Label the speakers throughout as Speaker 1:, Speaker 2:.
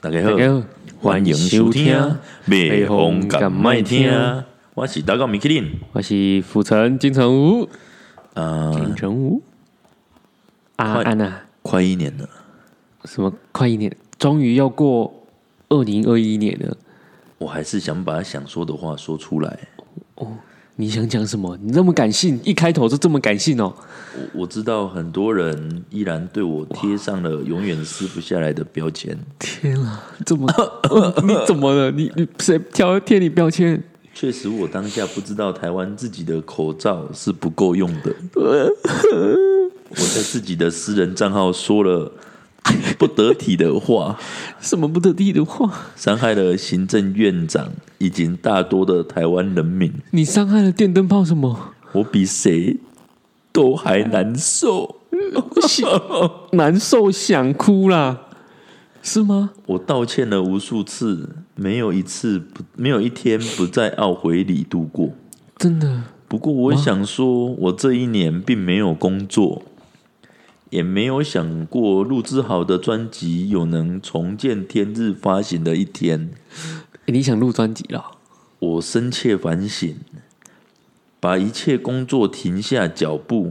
Speaker 1: 大家好，
Speaker 2: 大家好
Speaker 1: 欢迎收听
Speaker 2: 欢迎收
Speaker 1: 《北红敢麦听
Speaker 2: 麦》听，
Speaker 1: 我是大高米克林。
Speaker 2: 我是府城金城武，
Speaker 1: 呃，
Speaker 2: 金城武，阿
Speaker 1: 快
Speaker 2: 安啊，
Speaker 1: 快一年了，
Speaker 2: 什么快一年，终于要过二零二一年了。
Speaker 1: 我还是想把想说的话说出来。
Speaker 2: 你想讲什么？你这么感性，一开头就这么感性哦。
Speaker 1: 我我知道很多人依然对我贴上了永远撕不下来的标签，
Speaker 2: 天啊，这 么、呃你怎么了？你你谁挑贴你标签？
Speaker 1: 确实我当下不知道台湾自己的口罩是不够用 的。我在自己的私人账号说了 不得体的话。
Speaker 2: 什么不得体的话？
Speaker 1: 伤害了行政院长以及大多的台湾人民，
Speaker 2: 你伤害了电灯泡什么？
Speaker 1: 我比谁都还难受。
Speaker 2: 难受想哭啦，是吗？
Speaker 1: 我道歉了无数次，没有一次不没有一天不在懊悔里度过。
Speaker 2: 真的，
Speaker 1: 不过我想说，我这一年并没有工作，也没有想过录制好的专辑有能重见天日发行的一天。
Speaker 2: 诶你想录专辑了？
Speaker 1: 我深切反省，把一切工作停下脚步，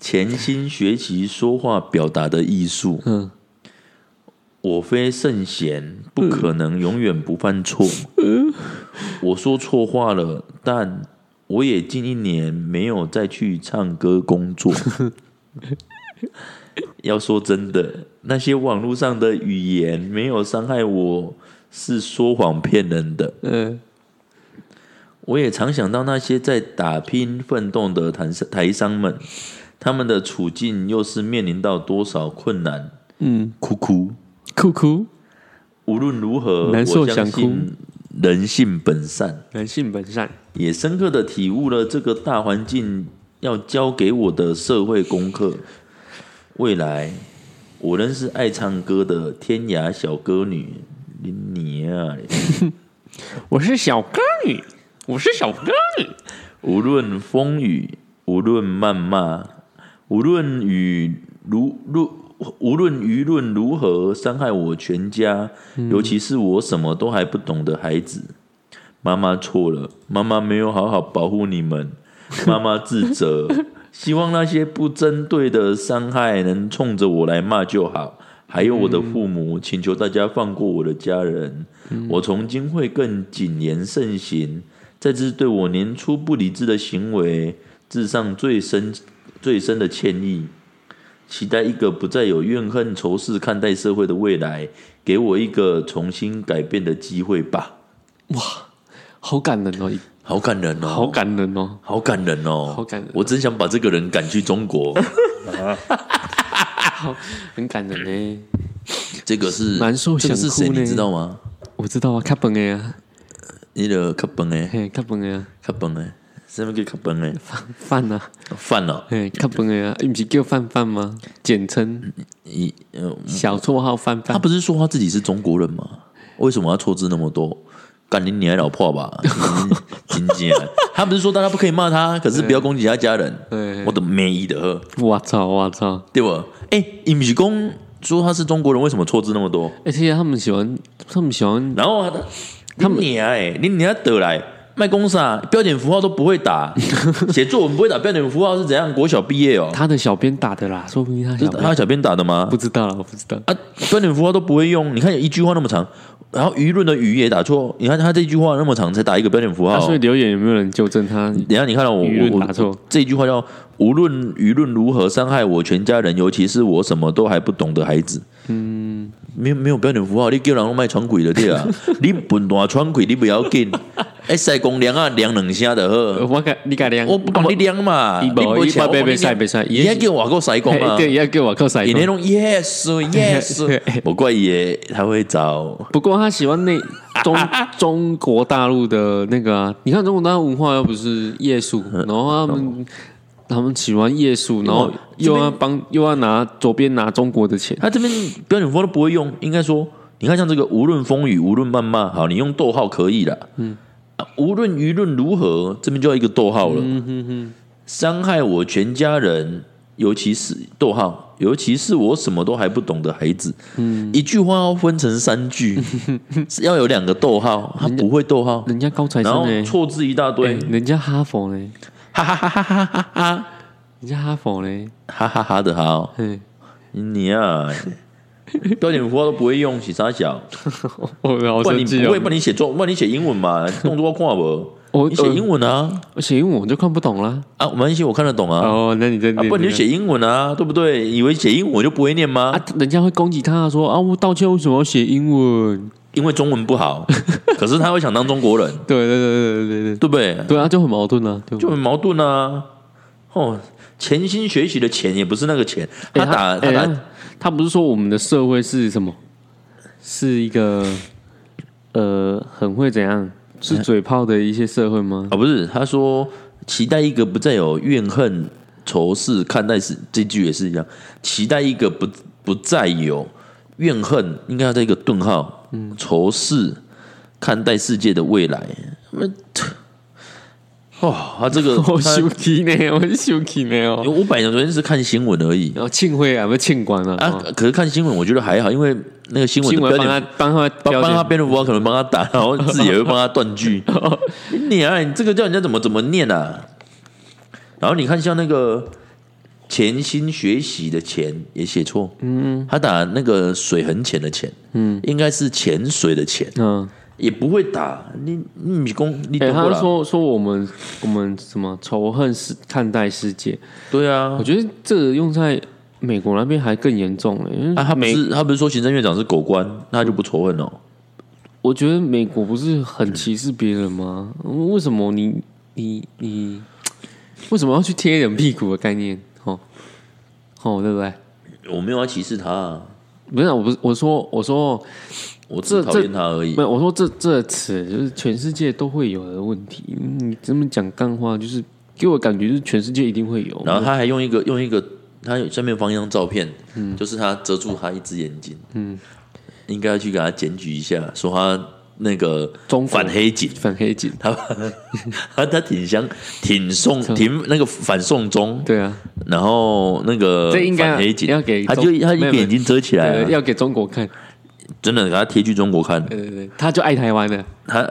Speaker 1: 潜心学习说话表达的艺术。
Speaker 2: 嗯，
Speaker 1: 我非圣贤，不可能永远不犯错。我说错话了，但我也近一年没有再去唱歌工作。要说真的，那些网络上的语言没有伤害我，是说谎骗人的。
Speaker 2: 嗯、
Speaker 1: 我也常想到那些在打拼奋斗的台商台商们，他们的处境又是面临到多少困难？
Speaker 2: 嗯，
Speaker 1: 哭哭。
Speaker 2: 哭哭，
Speaker 1: 无论如何，
Speaker 2: 难受
Speaker 1: 我相
Speaker 2: 想哭
Speaker 1: 信人性本善，
Speaker 2: 人性本善。
Speaker 1: 也深刻的体悟了这个大环境要教给我的社会功课。未来，我认识爱唱歌的天涯小歌女林尼啊。
Speaker 2: 我是小歌女，我是小歌女。
Speaker 1: 无论风雨，无论谩骂，无论与如如，无论舆论如何伤害我全家，尤其是我什么都还不懂的孩子，妈妈错了，妈妈没有好好保护你们，妈妈自责。希望那些不针对的伤害能冲着我来骂就好。还有我的父母，请求大家放过我的家人。我从今会更谨言慎行，在这对我年初不理智的行为致上最深最深的歉意。期待一个不再有怨恨仇视看待社会的未来，给我一个重新改变的机会吧。
Speaker 2: 好感人哦，
Speaker 1: 好感人哦，
Speaker 2: 好感人哦，
Speaker 1: 好感人哦，
Speaker 2: 好感人
Speaker 1: 我真想把这个人赶去中国。
Speaker 2: 很感人呢。
Speaker 1: 这个是
Speaker 2: 难受
Speaker 1: 这个是
Speaker 2: 想哭
Speaker 1: 谁？你
Speaker 2: 呢
Speaker 1: 知道吗？
Speaker 2: 我知道啊，卡本的啊，
Speaker 1: 你的卡本诶，
Speaker 2: 嘿，卡本的啊，
Speaker 1: 卡本诶，什么叫卡本诶？
Speaker 2: 范啊，
Speaker 1: 饭哦，
Speaker 2: 嘿，卡本的啊，你不是叫范范吗？简称
Speaker 1: 一呃，
Speaker 2: 小绰号范
Speaker 1: 他
Speaker 2: 范。
Speaker 1: 不是说他自己是中国人吗？为什么要错字那么多？干你你还老婆吧， 真正的。他不是说大家不可以骂他，可是不要攻击他家人。
Speaker 2: 对
Speaker 1: 我的没意的，
Speaker 2: 我操，我操！
Speaker 1: 对不？哎，你不是公说他是中国人，为什么错字那么多？
Speaker 2: 而且他们喜欢，他们喜欢，
Speaker 1: 然后他他们娘哎，你娘得来卖公啥？标点符号都不会打，写作文不会打标点符号是怎样？国小毕业哦，
Speaker 2: 他的小编打的啦，哦说不定他小编
Speaker 1: 他小编打的吗
Speaker 2: 不？知道了，我不知道。
Speaker 1: 啊，标点符号都不会用，你看有一句话那么长，然后舆论的舆也打错，你看他这句话那么长才打一个标点符号
Speaker 2: 啊
Speaker 1: 哦。
Speaker 2: 所以留言有没有人纠正他？
Speaker 1: 等一下你看到我
Speaker 2: 舆论
Speaker 1: 我
Speaker 2: 打错
Speaker 1: 我这一句话叫无论舆论如何伤害我全家人，尤其是我什么都还不懂的孩子。嗯，没有没有标点符号，你叫人卖喘鬼的对 啊，你笨蛋喘鬼你不要紧，哎，塞公量啊量两下的呵，
Speaker 2: 呃我改，你改良，
Speaker 1: 我不帮你量 嘛，
Speaker 2: 他
Speaker 1: 你
Speaker 2: 没
Speaker 1: 不
Speaker 2: 他没没使没使
Speaker 1: 你还叫我个塞公
Speaker 2: 嘿
Speaker 1: 啊？
Speaker 2: 对，要给我靠塞
Speaker 1: 你
Speaker 2: 工
Speaker 1: 那种 yes
Speaker 2: 哎
Speaker 1: yes，我怪也他会找
Speaker 2: 不过他喜欢那 中中国大陆的那个啊，你看中国大陆文化又不是夜宿，
Speaker 1: 嗯
Speaker 2: 然后他们他们喜欢夜宿，然后又要帮又要拿左边拿中国的钱，
Speaker 1: 他这边标点符号都不会用，应该说，你看像这个无论风雨，无论谩骂，好，你用逗号可以了，嗯、啊，无论
Speaker 2: 嗯
Speaker 1: 舆论如何，这边就要一个逗号了，伤害我全家人，尤其是逗号，尤其是我什么都还不懂的孩子，嗯，一句话要分成三 句，是要有两个逗号，他不会逗号，
Speaker 2: 人家高材
Speaker 1: 然
Speaker 2: 生
Speaker 1: 后
Speaker 2: 哎、
Speaker 1: 错字一大堆，
Speaker 2: 欸人家哈佛嘞，
Speaker 1: 哈哈哈哈哈哈哈
Speaker 2: 人家哈佛嘞，
Speaker 1: 哈哈哈的哈、哦，
Speaker 2: 嘿，
Speaker 1: 你啊，标点符号都不会用，写啥小？
Speaker 2: 我好
Speaker 1: 不然你
Speaker 2: 生气
Speaker 1: 不
Speaker 2: 哦
Speaker 1: 会，！不然你写中，不然你写英文嘛， 动作看不？
Speaker 2: 我呃
Speaker 1: 你写英文啊
Speaker 2: 我写英文我就看不懂啦。
Speaker 1: 啊，没关系，我看得懂啊。
Speaker 2: 哦，那你在
Speaker 1: 啊，不然你就写英文啊，对不对？以为写英文我就不会念吗？
Speaker 2: 啊，人家会攻击他说啊，我道歉为什么要写英文？
Speaker 1: 因为中文不 好，可是他会想当中国人，
Speaker 2: 对对对对对对
Speaker 1: 对不对？
Speaker 2: 对，对啊，就很矛盾啊，对
Speaker 1: 就很矛盾啊。哦，潜心学习的钱也不是那个钱，
Speaker 2: 欸
Speaker 1: 他打、
Speaker 2: 欸
Speaker 1: 他打、
Speaker 2: 他他不是说我们的社会是什么？是一个呃，很会怎样？是嘴炮的一些社会吗？
Speaker 1: 啊，不是他说期待一个不再有怨恨仇视看待是这句也是一样，期待一个不不再有怨恨，应该要在一个顿号，嗯，仇视看待世界的未来，那哦，他这个
Speaker 2: 我
Speaker 1: 他
Speaker 2: 生气呢，我生气呢
Speaker 1: 因为
Speaker 2: 哦。
Speaker 1: 我本来昨天是看新闻而已
Speaker 2: 然后庆会啊，不是庆官啊，
Speaker 1: 啊
Speaker 2: 哦，
Speaker 1: 可是看新闻我觉得还好，因为那个新闻
Speaker 2: 新
Speaker 1: 的
Speaker 2: 闻
Speaker 1: 标
Speaker 2: 帮他
Speaker 1: 点
Speaker 2: 帮他
Speaker 1: 帮
Speaker 2: 标
Speaker 1: 帮他
Speaker 2: 点，
Speaker 1: 编的符号可能帮他打，然后字也会帮他断句。 你啊，你这个叫人家怎么怎么念啊？然后你看像那个潜心学习的潜也写错，嗯，他打那个水很浅的浅，嗯，应该是潜水的潜，
Speaker 2: 嗯，
Speaker 1: 也不会打你你公你
Speaker 2: 哎，
Speaker 1: 懂过
Speaker 2: 他
Speaker 1: 了，
Speaker 2: 说说我们我们什么仇恨是看待世界，
Speaker 1: 对啊
Speaker 2: 我。觉得这个用在美国那边还更严重了，因
Speaker 1: 啊，
Speaker 2: 为
Speaker 1: 他不
Speaker 2: 美，
Speaker 1: 是他不是说行政院长是狗官，那他就不仇恨哦。
Speaker 2: 我觉得美国不是很歧视别人吗？嗯为什么你你你为什么要去贴人屁股的概念？哦哦，对不对？
Speaker 1: 我没有要歧视他、啊，
Speaker 2: 不是啊，我不是我说我说
Speaker 1: 我只是
Speaker 2: 这
Speaker 1: 讨厌他而已
Speaker 2: 没。有，我说这这个词就是全世界都会有的问题。你这么讲干话，就是给我感觉就是全世界一定会有。
Speaker 1: 然后他还用一个用一个，他有上面放一张照片，
Speaker 2: 嗯
Speaker 1: 就是他遮住他一只眼睛，嗯，应该去给他检举一下，说他那个
Speaker 2: 中国
Speaker 1: 反黑警，
Speaker 2: 反黑警，
Speaker 1: 他他他挺像挺送挺那个反送中，
Speaker 2: 对啊，
Speaker 1: 然后那个
Speaker 2: 这应该
Speaker 1: 反黑警
Speaker 2: 要给
Speaker 1: 他就
Speaker 2: 中
Speaker 1: 他一
Speaker 2: 没有
Speaker 1: 个眼睛遮起来
Speaker 2: 对
Speaker 1: 了，
Speaker 2: 要给中国看，
Speaker 1: 真的给他贴去中国看，
Speaker 2: 对对对，他就爱台湾了，他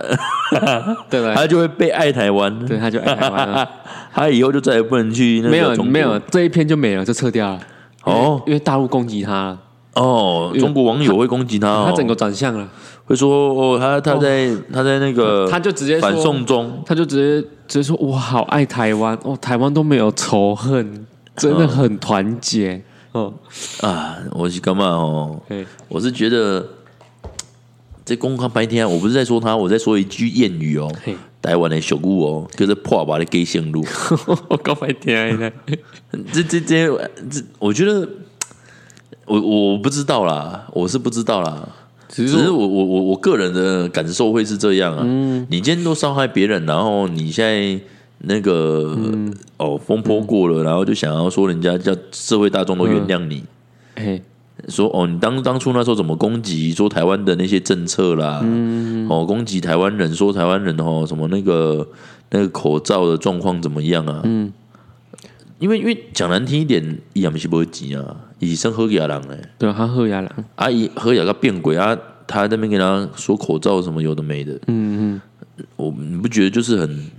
Speaker 2: 对吧？
Speaker 1: 他就会被爱台湾，
Speaker 2: 对，他就爱台湾了。
Speaker 1: 他以后就再也不能去那
Speaker 2: 没有
Speaker 1: 个中国
Speaker 2: 没有，这一篇就没了，就撤掉了。
Speaker 1: 哦
Speaker 2: 因为大陆攻击他了，
Speaker 1: 哦，中国网友会攻击他哦，
Speaker 2: 他整个转向了，
Speaker 1: 会说哦，他他在、他在那个
Speaker 2: 哦他就直接说
Speaker 1: 反送中，
Speaker 2: 他就直接直接说：“我好爱台湾哦，台湾都没有仇恨，真的很团结。”哦，
Speaker 1: 啊，我是干嘛哦？
Speaker 2: 对，
Speaker 1: 我是觉得这公开白天啊，我不是在说他，我在说一句谚语哦
Speaker 2: 嘿，
Speaker 1: 台湾的小姑哦，就是破把的给线路，
Speaker 2: 我搞半天了。
Speaker 1: 这这这这，我觉得我我不知道啦，我是不知道啦。
Speaker 2: 只
Speaker 1: 只
Speaker 2: 是
Speaker 1: 是
Speaker 2: 说
Speaker 1: 我我我我个人的感受会是这样啊，你今天都伤害别人，然后你现在那个、哦风波过了，然后就想要说人家叫社会大众都原谅你，
Speaker 2: 哎，
Speaker 1: 说哦你当当初那时候怎么攻击说台湾的那些政策啦，哦攻击台湾人说台湾人哦什么那个那个口罩的状况怎么样啊？嗯，因为因为讲难听一点，伊也不是不钱啊，以身喝给人嘞。
Speaker 2: 对啊，他喝牙了，
Speaker 1: 阿姨和雅个变鬼啊，他在那边跟他说口罩什么有的没的，嗯嗯，我你不觉得就是很，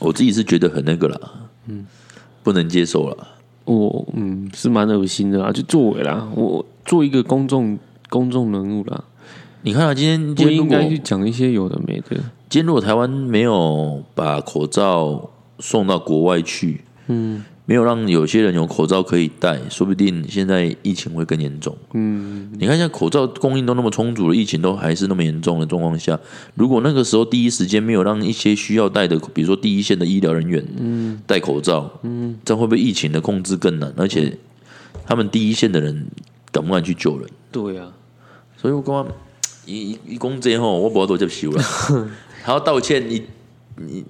Speaker 1: 我自己是觉得很那个啦，嗯，不能接受啦。
Speaker 2: 我嗯是蛮恶心的啊，就作为啦，我做一个公众公众人物啦，
Speaker 1: 你看啊，今天今
Speaker 2: 不
Speaker 1: 天如
Speaker 2: 应
Speaker 1: 果
Speaker 2: 该去讲一些有的没的。
Speaker 1: 今天如果台湾没有把口罩送到国外去，嗯，没有让有些人有口罩可以戴，说不定现在疫情会更严重。嗯，你看现在口罩供应都那么充足了，疫情都还是那么严重的状况下，如果那个时候第一时间没有让一些需要戴的，比如说第一线的医疗人员，嗯，戴口罩，嗯，这样会不会疫情的控制更难？而且他们第一线的人敢不敢去救人？
Speaker 2: 对啊，
Speaker 1: 所以我讲，伊伊讲这吼，我无多接受啦。 还要道歉，你你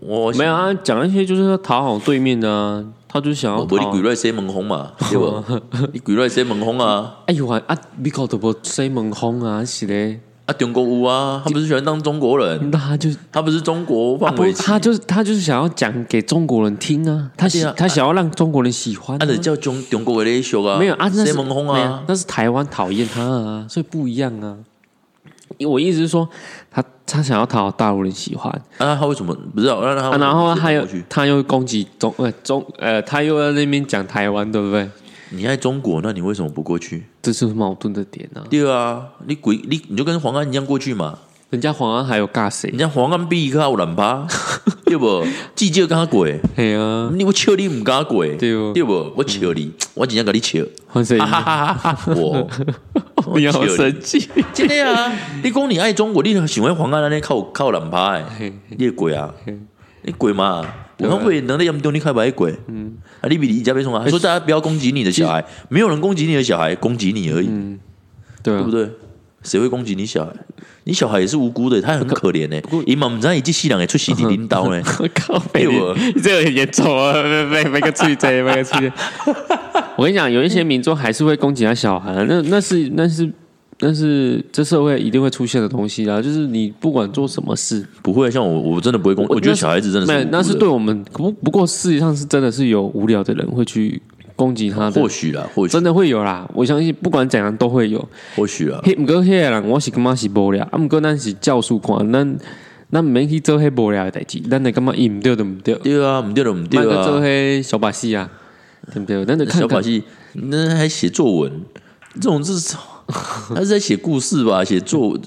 Speaker 1: 我我
Speaker 2: 没有啊，讲一些就是要讨好对面的啊，他就想要
Speaker 1: 我无你
Speaker 2: 讨
Speaker 1: 鬼。来西门红嘛，
Speaker 2: 哦
Speaker 1: 对 无？你鬼来西门红啊，
Speaker 2: 哎呦啊，啊，美国都无西门风啊，是嘞，
Speaker 1: 啊，中国屋啊，他不是喜欢当中国人，
Speaker 2: 那他就
Speaker 1: 他不是中国
Speaker 2: 嗯啊
Speaker 1: 范
Speaker 2: 不
Speaker 1: 围，，
Speaker 2: 他就是他就是想要讲给中国人听啊，他喜
Speaker 1: 对啊
Speaker 2: 他想要让中国人喜欢啊
Speaker 1: 他，的叫中中国的那秀啊，
Speaker 2: 没有啊，那
Speaker 1: 西
Speaker 2: 是
Speaker 1: 蒙轰
Speaker 2: 没有
Speaker 1: 啊，
Speaker 2: 那是台湾讨厌他啊，所以不一样啊。因为我意思是说，他他想要讨大陆人喜欢，
Speaker 1: 啊，他为什么不知道？那他
Speaker 2: 啊，然后他又
Speaker 1: 过去，
Speaker 2: 他又攻击中呃中呃，他又在那边讲台湾，对不对？
Speaker 1: 你爱中国，那你为什么不过去？
Speaker 2: 这就是矛盾的点啊！
Speaker 1: 对啊，你鬼你你就跟黄安一样过去嘛，
Speaker 2: 人家黄安还有尬谁
Speaker 1: 人？家黄安比他有懒 趴，对不？至少跟他鬼，
Speaker 2: 嘿啊，
Speaker 1: 你我笑你唔敢鬼，
Speaker 2: 对哦
Speaker 1: 对不？我笑你，我真正跟你笑，
Speaker 2: 换谁？
Speaker 1: 哈哈哈哈！
Speaker 2: 嗯
Speaker 1: 我我
Speaker 2: 你好
Speaker 1: 笑
Speaker 2: 生气！
Speaker 1: 真的啊！你讲你爱中国，你喜欢黄安安尼靠靠懒趴诶
Speaker 2: 嘿，
Speaker 1: 你会鬼啊！你鬼嘛？我们会能力严重，你开不爱鬼？嗯，啊，你比你家被
Speaker 2: 哎
Speaker 1: 冲啊！说大家不要攻击你的小孩，没有人攻击你的小孩，攻击你而已，
Speaker 2: 对
Speaker 1: 对
Speaker 2: 啊
Speaker 1: 不，对？谁会攻击你小孩？你小孩也是无辜的，他很可怜呢。伊嘛唔知伊这世人会出死伫领导呢。
Speaker 2: 哎我靠，北
Speaker 1: 对
Speaker 2: 你
Speaker 1: 我
Speaker 2: 你这个很严重啊！没没没个罪罪，没个罪。 我跟你讲，有一些民众还是会攻击他小孩，那那是那是那是这社会一定会出现的东西啦。就是你不管做什么事，
Speaker 1: 不会，啊像我，我真的不会攻。我觉得小孩子真的
Speaker 2: 没有
Speaker 1: 是无辜
Speaker 2: 那是
Speaker 1: 的
Speaker 2: 对，我们不不过事实上是真的是有无聊的人会去攻击他的，
Speaker 1: 或许啦，或许
Speaker 2: 真的会有啦，我相信不管怎样都会有。
Speaker 1: 或许啦，
Speaker 2: 迄毋过迄个人，我是感觉是无聊，啊毋过咱是教师官，咱咱毋免去做迄无聊诶代志，咱会感觉伊毋对就毋对，
Speaker 1: 对啊，唔对就唔对
Speaker 2: 莫去做
Speaker 1: 啊。
Speaker 2: 迄小把戏啊，对不对？咱就
Speaker 1: 小
Speaker 2: 看
Speaker 1: 把
Speaker 2: 看，
Speaker 1: 戏，那还写作文，这种这是 他是在写故事吧？写作文，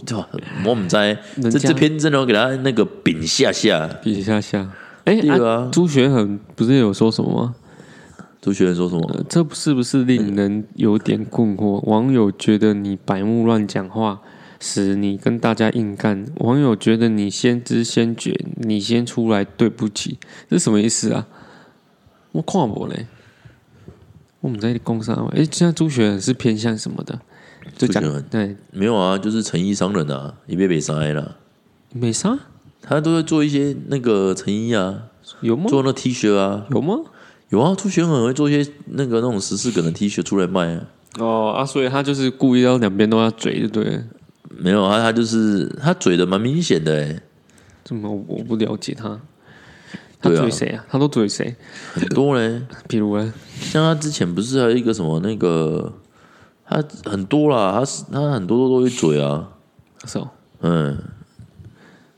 Speaker 1: 我们在这
Speaker 2: 人家
Speaker 1: 这篇真的要给他那个饼下下。
Speaker 2: 比一下下。哎、
Speaker 1: 对啊
Speaker 2: 啊，朱学恒不是有说什么吗？
Speaker 1: 朱学仁说什么？
Speaker 2: 呃这是不是令人有点困惑？网友觉得你白目乱讲话，使你跟大家硬干；网友觉得你先知先觉，你先出来对不起，这什么意思啊？我看我嘞，我们在工商哎，诶现在朱学仁是偏向什么的？就讲
Speaker 1: 朱学仁
Speaker 2: 对
Speaker 1: 没有啊，就是诚意商人啊，一被被伤害了。
Speaker 2: 美莎
Speaker 1: 他都会做一些那个成衣啊，
Speaker 2: 有吗？
Speaker 1: 做那 T 恤啊，
Speaker 2: 有吗？
Speaker 1: 有啊，朱学恒会做一些那个那种十四梗的 T 恤出来卖啊。
Speaker 2: 哦啊，所以他就是故意要两边都要嘴，对不对？
Speaker 1: 没有啊，他就是他嘴的蛮明显的、欸，
Speaker 2: 怎么我不了解他？他
Speaker 1: 对啊
Speaker 2: 嘴谁啊？他都嘴谁？
Speaker 1: 很多嘞、
Speaker 2: 比如呢？
Speaker 1: 像他之前不是还有一个什么那个，他很多啦，他是他很多都会嘴啊，
Speaker 2: 是哦，
Speaker 1: 嗯，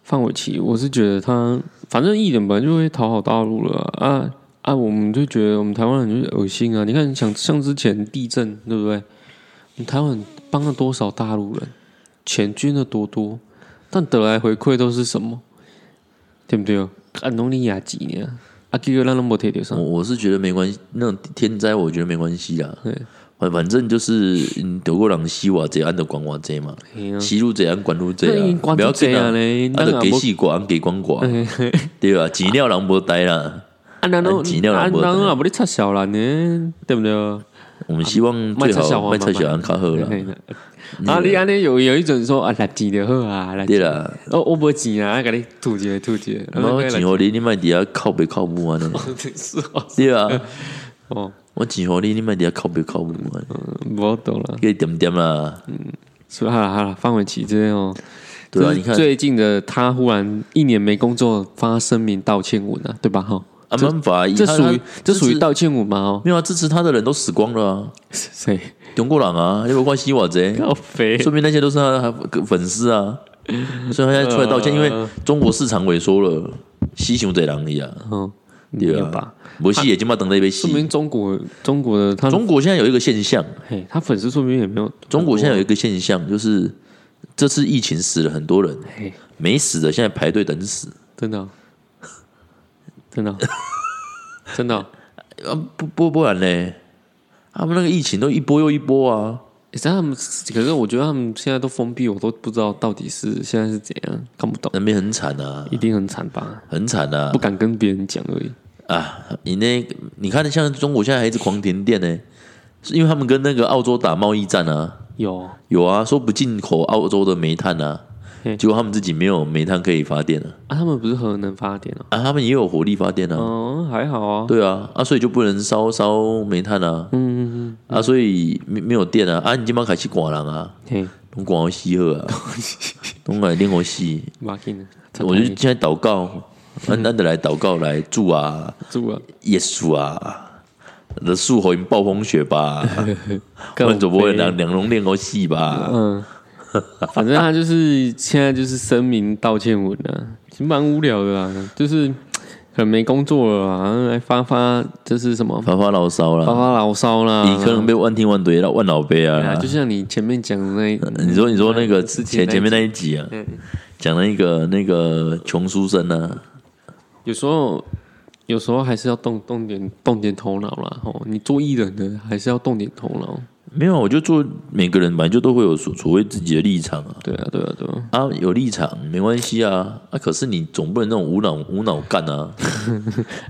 Speaker 2: 范玮琪，我是觉得他反正艺人本来就会讨好大陆了啊啊啊我们就觉得我们台湾人就是恶心啊！你看，像像之前地震，对不对？我们台湾帮了多少大陆人，钱捐了多多，但得来回馈都是什么？对不对？啊，农历亚几年啊，结果咱都没摕到
Speaker 1: 我
Speaker 2: 上，
Speaker 1: 我是觉得没关系，那种天灾我觉得没关系啦
Speaker 2: 对，
Speaker 1: 反反正就是嗯，德国人西瓦贼安的管瓦贼嘛，
Speaker 2: 嘿啊
Speaker 1: 西路贼安管路贼
Speaker 2: 那已经
Speaker 1: 啊，
Speaker 2: 管
Speaker 1: 不
Speaker 2: 很
Speaker 1: 要
Speaker 2: 多
Speaker 1: 紧
Speaker 2: 啊嘞
Speaker 1: 啊，
Speaker 2: 咱也
Speaker 1: 就给
Speaker 2: 没
Speaker 1: 细管给光管，对吧？钱了人无呆啦，
Speaker 2: 啊，咱都
Speaker 1: 啊钱了
Speaker 2: 啊，
Speaker 1: 也没
Speaker 2: 咱也不咧插小人呢，对不对？
Speaker 1: 我们希望最
Speaker 2: 啊卖菜小
Speaker 1: 好
Speaker 2: 黄
Speaker 1: 卖菜小
Speaker 2: 嘛
Speaker 1: 安卡 好啦，
Speaker 2: 嘿啦啊，你安尼有有一种说啊，垃圾就好啊，垃圾
Speaker 1: 对啦，
Speaker 2: 哦，我无钱啊，甲你吐一个吐一个，啊
Speaker 1: 然后钱哦
Speaker 2: 钱
Speaker 1: 互你，你卖底下靠北靠不完呢，
Speaker 2: 是哦，
Speaker 1: 对啊，
Speaker 2: 哦，
Speaker 1: 我钱互你，你卖底下靠北靠不完，
Speaker 2: 嗯无懂了。
Speaker 1: 给点点啦，
Speaker 2: 所以好了好了，范玮琪这样哦，
Speaker 1: 对啊，
Speaker 2: 这是
Speaker 1: 你看
Speaker 2: 最近的他忽然一年没工作，发声明道歉文啊，对吧？哈，
Speaker 1: 啊，办法，
Speaker 2: 这
Speaker 1: 他
Speaker 2: 属于
Speaker 1: 他
Speaker 2: 这
Speaker 1: 支
Speaker 2: 属于
Speaker 1: 持
Speaker 2: 道歉文吗？ 哦，
Speaker 1: 没有啊，支持他的人都死光了啊，
Speaker 2: 谁？
Speaker 1: 中国人啊，你不关西瓦 贼，
Speaker 2: 高飞
Speaker 1: 说明那些都是他的粉丝啊，所以他现在出来道歉，因为中国市场萎缩了，西熊贼狼一啊，
Speaker 2: 哦，
Speaker 1: 对
Speaker 2: 没有
Speaker 1: 啊
Speaker 2: 吧？
Speaker 1: 没戏也就嘛等那杯
Speaker 2: 说
Speaker 1: 戏。
Speaker 2: 明中国中国的他
Speaker 1: 中国现在有一个现象，
Speaker 2: 嘿，他粉丝说明也没有
Speaker 1: 中国现在有一个现象，就是这次疫情死了很多人，
Speaker 2: 嘿，
Speaker 1: 没死的现在排队等死，
Speaker 2: 真的哦，真 的哦，真的哦。
Speaker 1: 不不不然呢？他们那个疫情都一波又一波啊！
Speaker 2: 欸、但他们，可是我觉得他们现在都封闭，我都不知道到底是现在是怎样，看不懂，
Speaker 1: 那边很惨啊，
Speaker 2: 一定很惨吧？
Speaker 1: 很惨啊
Speaker 2: 不！敢跟别人讲而已。
Speaker 1: 啊，你那你看，像中国现在还一直狂停电呢，是因为他们跟那个澳洲打贸易战啊。
Speaker 2: 有，
Speaker 1: 有啊，说不进口澳洲的煤炭啊，
Speaker 2: 嘿
Speaker 1: 结果他们自己没有煤炭可以发电啊，
Speaker 2: 啊，他们不是核能发电哦、
Speaker 1: 啊，他们也有火力发电啊，
Speaker 2: 哦，还好啊。
Speaker 1: 对啊，啊，所以就不能烧
Speaker 2: 嗯
Speaker 1: 烧煤炭啊，嗯嗯嗯，啊，所以没没有电啊，啊，你今晚开始寡人啊，
Speaker 2: 嘿，
Speaker 1: 我广告西 喝啊，东海练我西，
Speaker 2: 马金，
Speaker 1: 我就现在祷告，那那得来祷告来祝啊，
Speaker 2: 住啊，
Speaker 1: 耶稣啊，的树吼暴风雪 吧，
Speaker 2: 靠
Speaker 1: 不然总不会
Speaker 2: 北
Speaker 1: 两两龙练过戏吧？
Speaker 2: 嗯，反正他就是现在就是声明道歉文啊，其实蛮无聊的啦，就是可能没工作了啊，然后来发发就是什么
Speaker 1: 发发牢骚啦，
Speaker 2: 发发牢骚啦，
Speaker 1: 你可能被万听万怼到万老杯
Speaker 2: 对啊，
Speaker 1: 啊
Speaker 2: 就。像你前面讲的那一，
Speaker 1: 你说你说那个
Speaker 2: 之
Speaker 1: 前
Speaker 2: 前
Speaker 1: 前面
Speaker 2: 那
Speaker 1: 那一集啊，讲了一个那个穷书生啊呢，
Speaker 2: 有时候有时候还是要动动点动点头脑啦，吼，你做艺人的还是要动点头脑，
Speaker 1: 没有，我就做每个人本来就都会有所所谓自己的立场啊，
Speaker 2: 对啊，对啊，对啊，
Speaker 1: 啊有立场没关系啊，啊可是你总不能那种无脑无脑干啊，对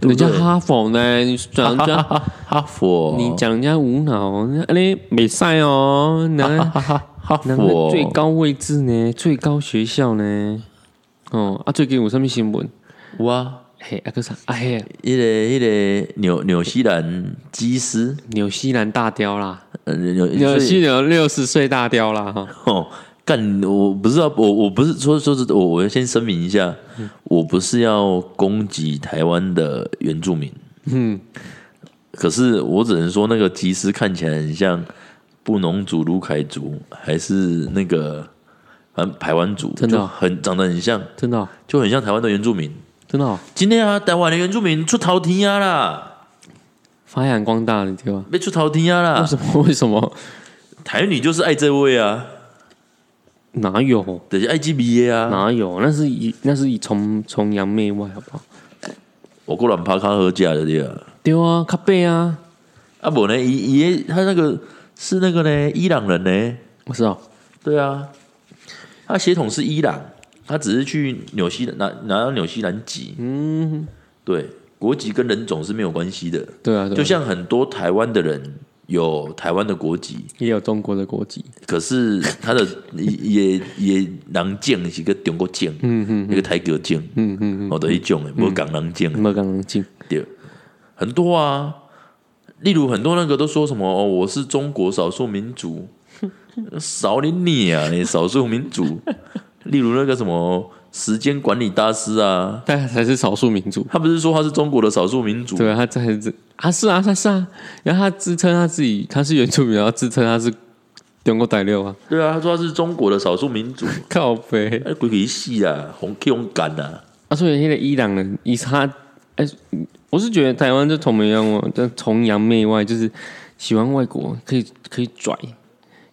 Speaker 1: 不对
Speaker 2: 人家哈佛呢，你讲人家。
Speaker 1: 哈佛啊
Speaker 2: 你讲人家无脑，那嘞没赛哦，那
Speaker 1: 哈
Speaker 2: 那
Speaker 1: 佛
Speaker 2: 个最高位置呢，最高学校呢，哦啊，最近有什么新闻？
Speaker 1: 哇，
Speaker 2: 嘿，啊个啥？啊嘿，
Speaker 1: 一个一个纽纽西兰基斯，
Speaker 2: 纽西兰大雕啦，
Speaker 1: 呃纽
Speaker 2: 纽
Speaker 1: 所以
Speaker 2: 西兰六十岁大雕啦，哈，
Speaker 1: 哦，干，我不是啊，我我不是说说是我，我要先声明一下，我不是要攻击台湾的原住民，
Speaker 2: 嗯，
Speaker 1: 可是我只能说那个吉斯看起来很像布农族、卢凯族，还是那个反正排湾族，
Speaker 2: 真的
Speaker 1: 就
Speaker 2: 哦
Speaker 1: 很长得很像，
Speaker 2: 真的哦、
Speaker 1: 就很像台湾的原住民。
Speaker 2: 真的、哦，
Speaker 1: 今天啊，台湾的原住民出头天啊啦，
Speaker 2: 发扬光大了，对吧？
Speaker 1: 被出头天啊
Speaker 2: 为
Speaker 1: 啦，
Speaker 2: 什么？为什么？
Speaker 1: 台女就是爱这位啊，
Speaker 2: 哪有？
Speaker 1: 等下爱 G B A 啊，
Speaker 2: 哪有？那是以那是以崇崇洋媚外，好不好？
Speaker 1: 我过软趴咖喝假的对啊。
Speaker 2: 对啊，卡贝啊，
Speaker 1: 啊，不呢，伊伊的他那个是那个呢，伊朗人呢？
Speaker 2: 我知道，
Speaker 1: 对啊，他血统是伊朗，他只是去纽西兰拿拿到纽西兰籍，
Speaker 2: 嗯，
Speaker 1: 对，国籍跟人种是没有关系的，
Speaker 2: 对啊，对啊
Speaker 1: 就像很多台湾的人有台湾的国籍，
Speaker 2: 也有中国的国籍，
Speaker 1: 可是他 的也也也狼剑是一个中国剑，
Speaker 2: 嗯嗯
Speaker 1: 一个台国剑，
Speaker 2: 嗯嗯。
Speaker 1: 哦的一种的，不是港狼剑，
Speaker 2: 没有刚进，
Speaker 1: 对，很多啊，例如很多那个都说什么哦，我是中国少数民族， 少你你啊，你少数民族。例如那个什么时间管理大师啊，
Speaker 2: 但才是少数民族。
Speaker 1: 他不是说他是中国的少数民族，
Speaker 2: 对啊，他这还是啊，是啊，他是啊，然后他自称他自己他是原住民，然后自称他是中国大陆啊，
Speaker 1: 对啊，他说他是中国的少数民族，
Speaker 2: 靠北
Speaker 1: 哎，鬼鬼戏啊，红 Q 红感啊，
Speaker 2: 啊，所以现在伊朗人以他哎、我是觉得台湾就崇洋哦，就崇洋媚外，就是喜欢外国，可以可以拽，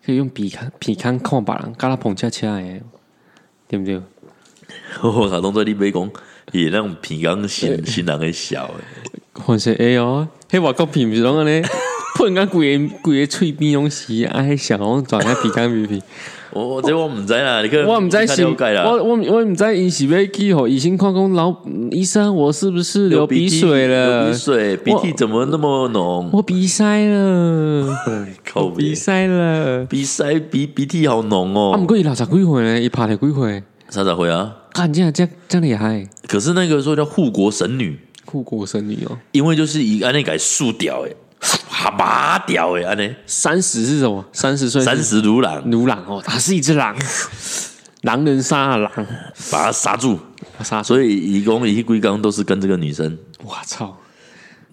Speaker 2: 可以用鼻康鼻康看别人，跟他捧恰恰的，对不对？
Speaker 1: 我卡通在立杯公也让平冈新新郎给小哎，
Speaker 2: 反正会哦，迄外国片毋是拢安尼，喷到规个规个喙边拢是，啊，迄小龙转遐鼻腔鼻鼻。
Speaker 1: 我我哦这我唔知道啦，你看
Speaker 2: 我毋知
Speaker 1: 你看
Speaker 2: 是，
Speaker 1: 了解啦，
Speaker 2: 我我我毋知伊是要去互医生看讲老医生，我是不是流鼻
Speaker 1: 涕
Speaker 2: 水
Speaker 1: 流
Speaker 2: 了
Speaker 1: 鼻？水，鼻涕怎么那么浓？
Speaker 2: 我鼻塞了，
Speaker 1: 靠
Speaker 2: 鼻
Speaker 1: 鼻
Speaker 2: 塞了。
Speaker 1: 鼻塞鼻鼻涕好浓
Speaker 2: 啊，毋
Speaker 1: 哦，
Speaker 2: 过伊六十几岁呢，伊拍了几岁？
Speaker 1: 啥咋会啊？
Speaker 2: 干这样这这厉害，
Speaker 1: 可是那个说叫护国神女，
Speaker 2: 护国神女哦。
Speaker 1: 因为就是以安内改树屌哎，蛤麻屌哎，安内
Speaker 2: 三十是什么？三十岁
Speaker 1: 三
Speaker 2: 是
Speaker 1: 十如狼，
Speaker 2: 如狼哦，他是一只狼，狼人杀的狼，
Speaker 1: 把他杀住。
Speaker 2: 杀手！
Speaker 1: 所以一公一龟刚都是跟这个女生，
Speaker 2: 我操！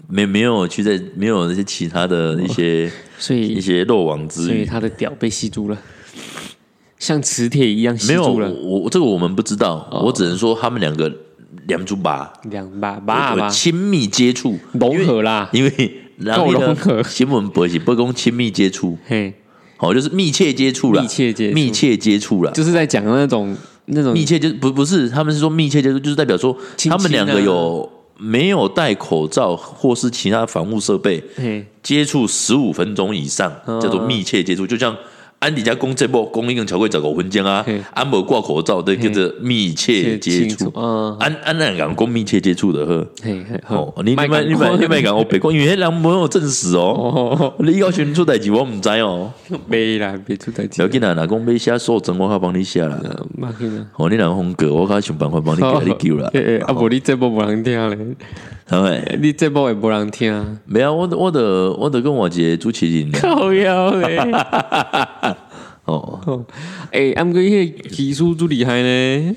Speaker 1: 没没有去在没有那些其他
Speaker 2: 哦
Speaker 1: 的一些
Speaker 2: 所
Speaker 1: 一
Speaker 2: 以
Speaker 1: 些漏网之
Speaker 2: 所以
Speaker 1: 鱼。
Speaker 2: 他的屌被吸住了，像磁铁一样吸
Speaker 1: 没有，
Speaker 2: 住
Speaker 1: 我
Speaker 2: 了，哦
Speaker 1: 我这个我们不知道，我只能说他们两个两猪吧，
Speaker 2: 两把啊把
Speaker 1: 有
Speaker 2: 吧
Speaker 1: 亲密接触，
Speaker 2: 融合啦，
Speaker 1: 因为然
Speaker 2: 够
Speaker 1: 后
Speaker 2: 融
Speaker 1: 呢
Speaker 2: 合
Speaker 1: 新闻不是不公亲密接触。
Speaker 2: 嘿，
Speaker 1: 哦，就是密切接触啦，
Speaker 2: 密切接触
Speaker 1: 密切接触啦，
Speaker 2: 就是在讲那种那种
Speaker 1: 密切接不不是，他们是说密切接触，就是代表说
Speaker 2: 亲亲啊
Speaker 1: 他们两个有没有戴口罩或是其他防护设备
Speaker 2: 嘿，
Speaker 1: 接触十五分钟以上，
Speaker 2: 哦
Speaker 1: 叫做密切接触，就像。安迪家公这波公一跟乔贵找个婚间啊
Speaker 2: 嘿，
Speaker 1: 安博挂口罩对，跟着密切接
Speaker 2: 清
Speaker 1: 触
Speaker 2: 楚，嗯，
Speaker 1: 安安南港公密切接触的呵，
Speaker 2: 嘿，嘿
Speaker 1: 哦，你你们你
Speaker 2: 别
Speaker 1: 们你们讲我北公，因为那人没有证实哦，
Speaker 2: 哦，
Speaker 1: 你要选出代志我唔知哦，
Speaker 2: 没啦，别出代
Speaker 1: 不
Speaker 2: 志
Speaker 1: 要，紧啦，若讲要写数整我较帮你写啦。
Speaker 2: 呃，别紧啦。
Speaker 1: 哦，你两个风格，我较想办法帮你
Speaker 2: 哦
Speaker 1: 给你 救啦。哦
Speaker 2: 诶，啊无你这波无人听 嘞，
Speaker 1: 好诶，
Speaker 2: 你这波也无人
Speaker 1: 啊
Speaker 2: 听，
Speaker 1: 没有，我的我的我的跟我姐朱启林，
Speaker 2: 靠腰嘞，
Speaker 1: 哦，
Speaker 2: 哎、欸，俺们迄个技术足厉害呢，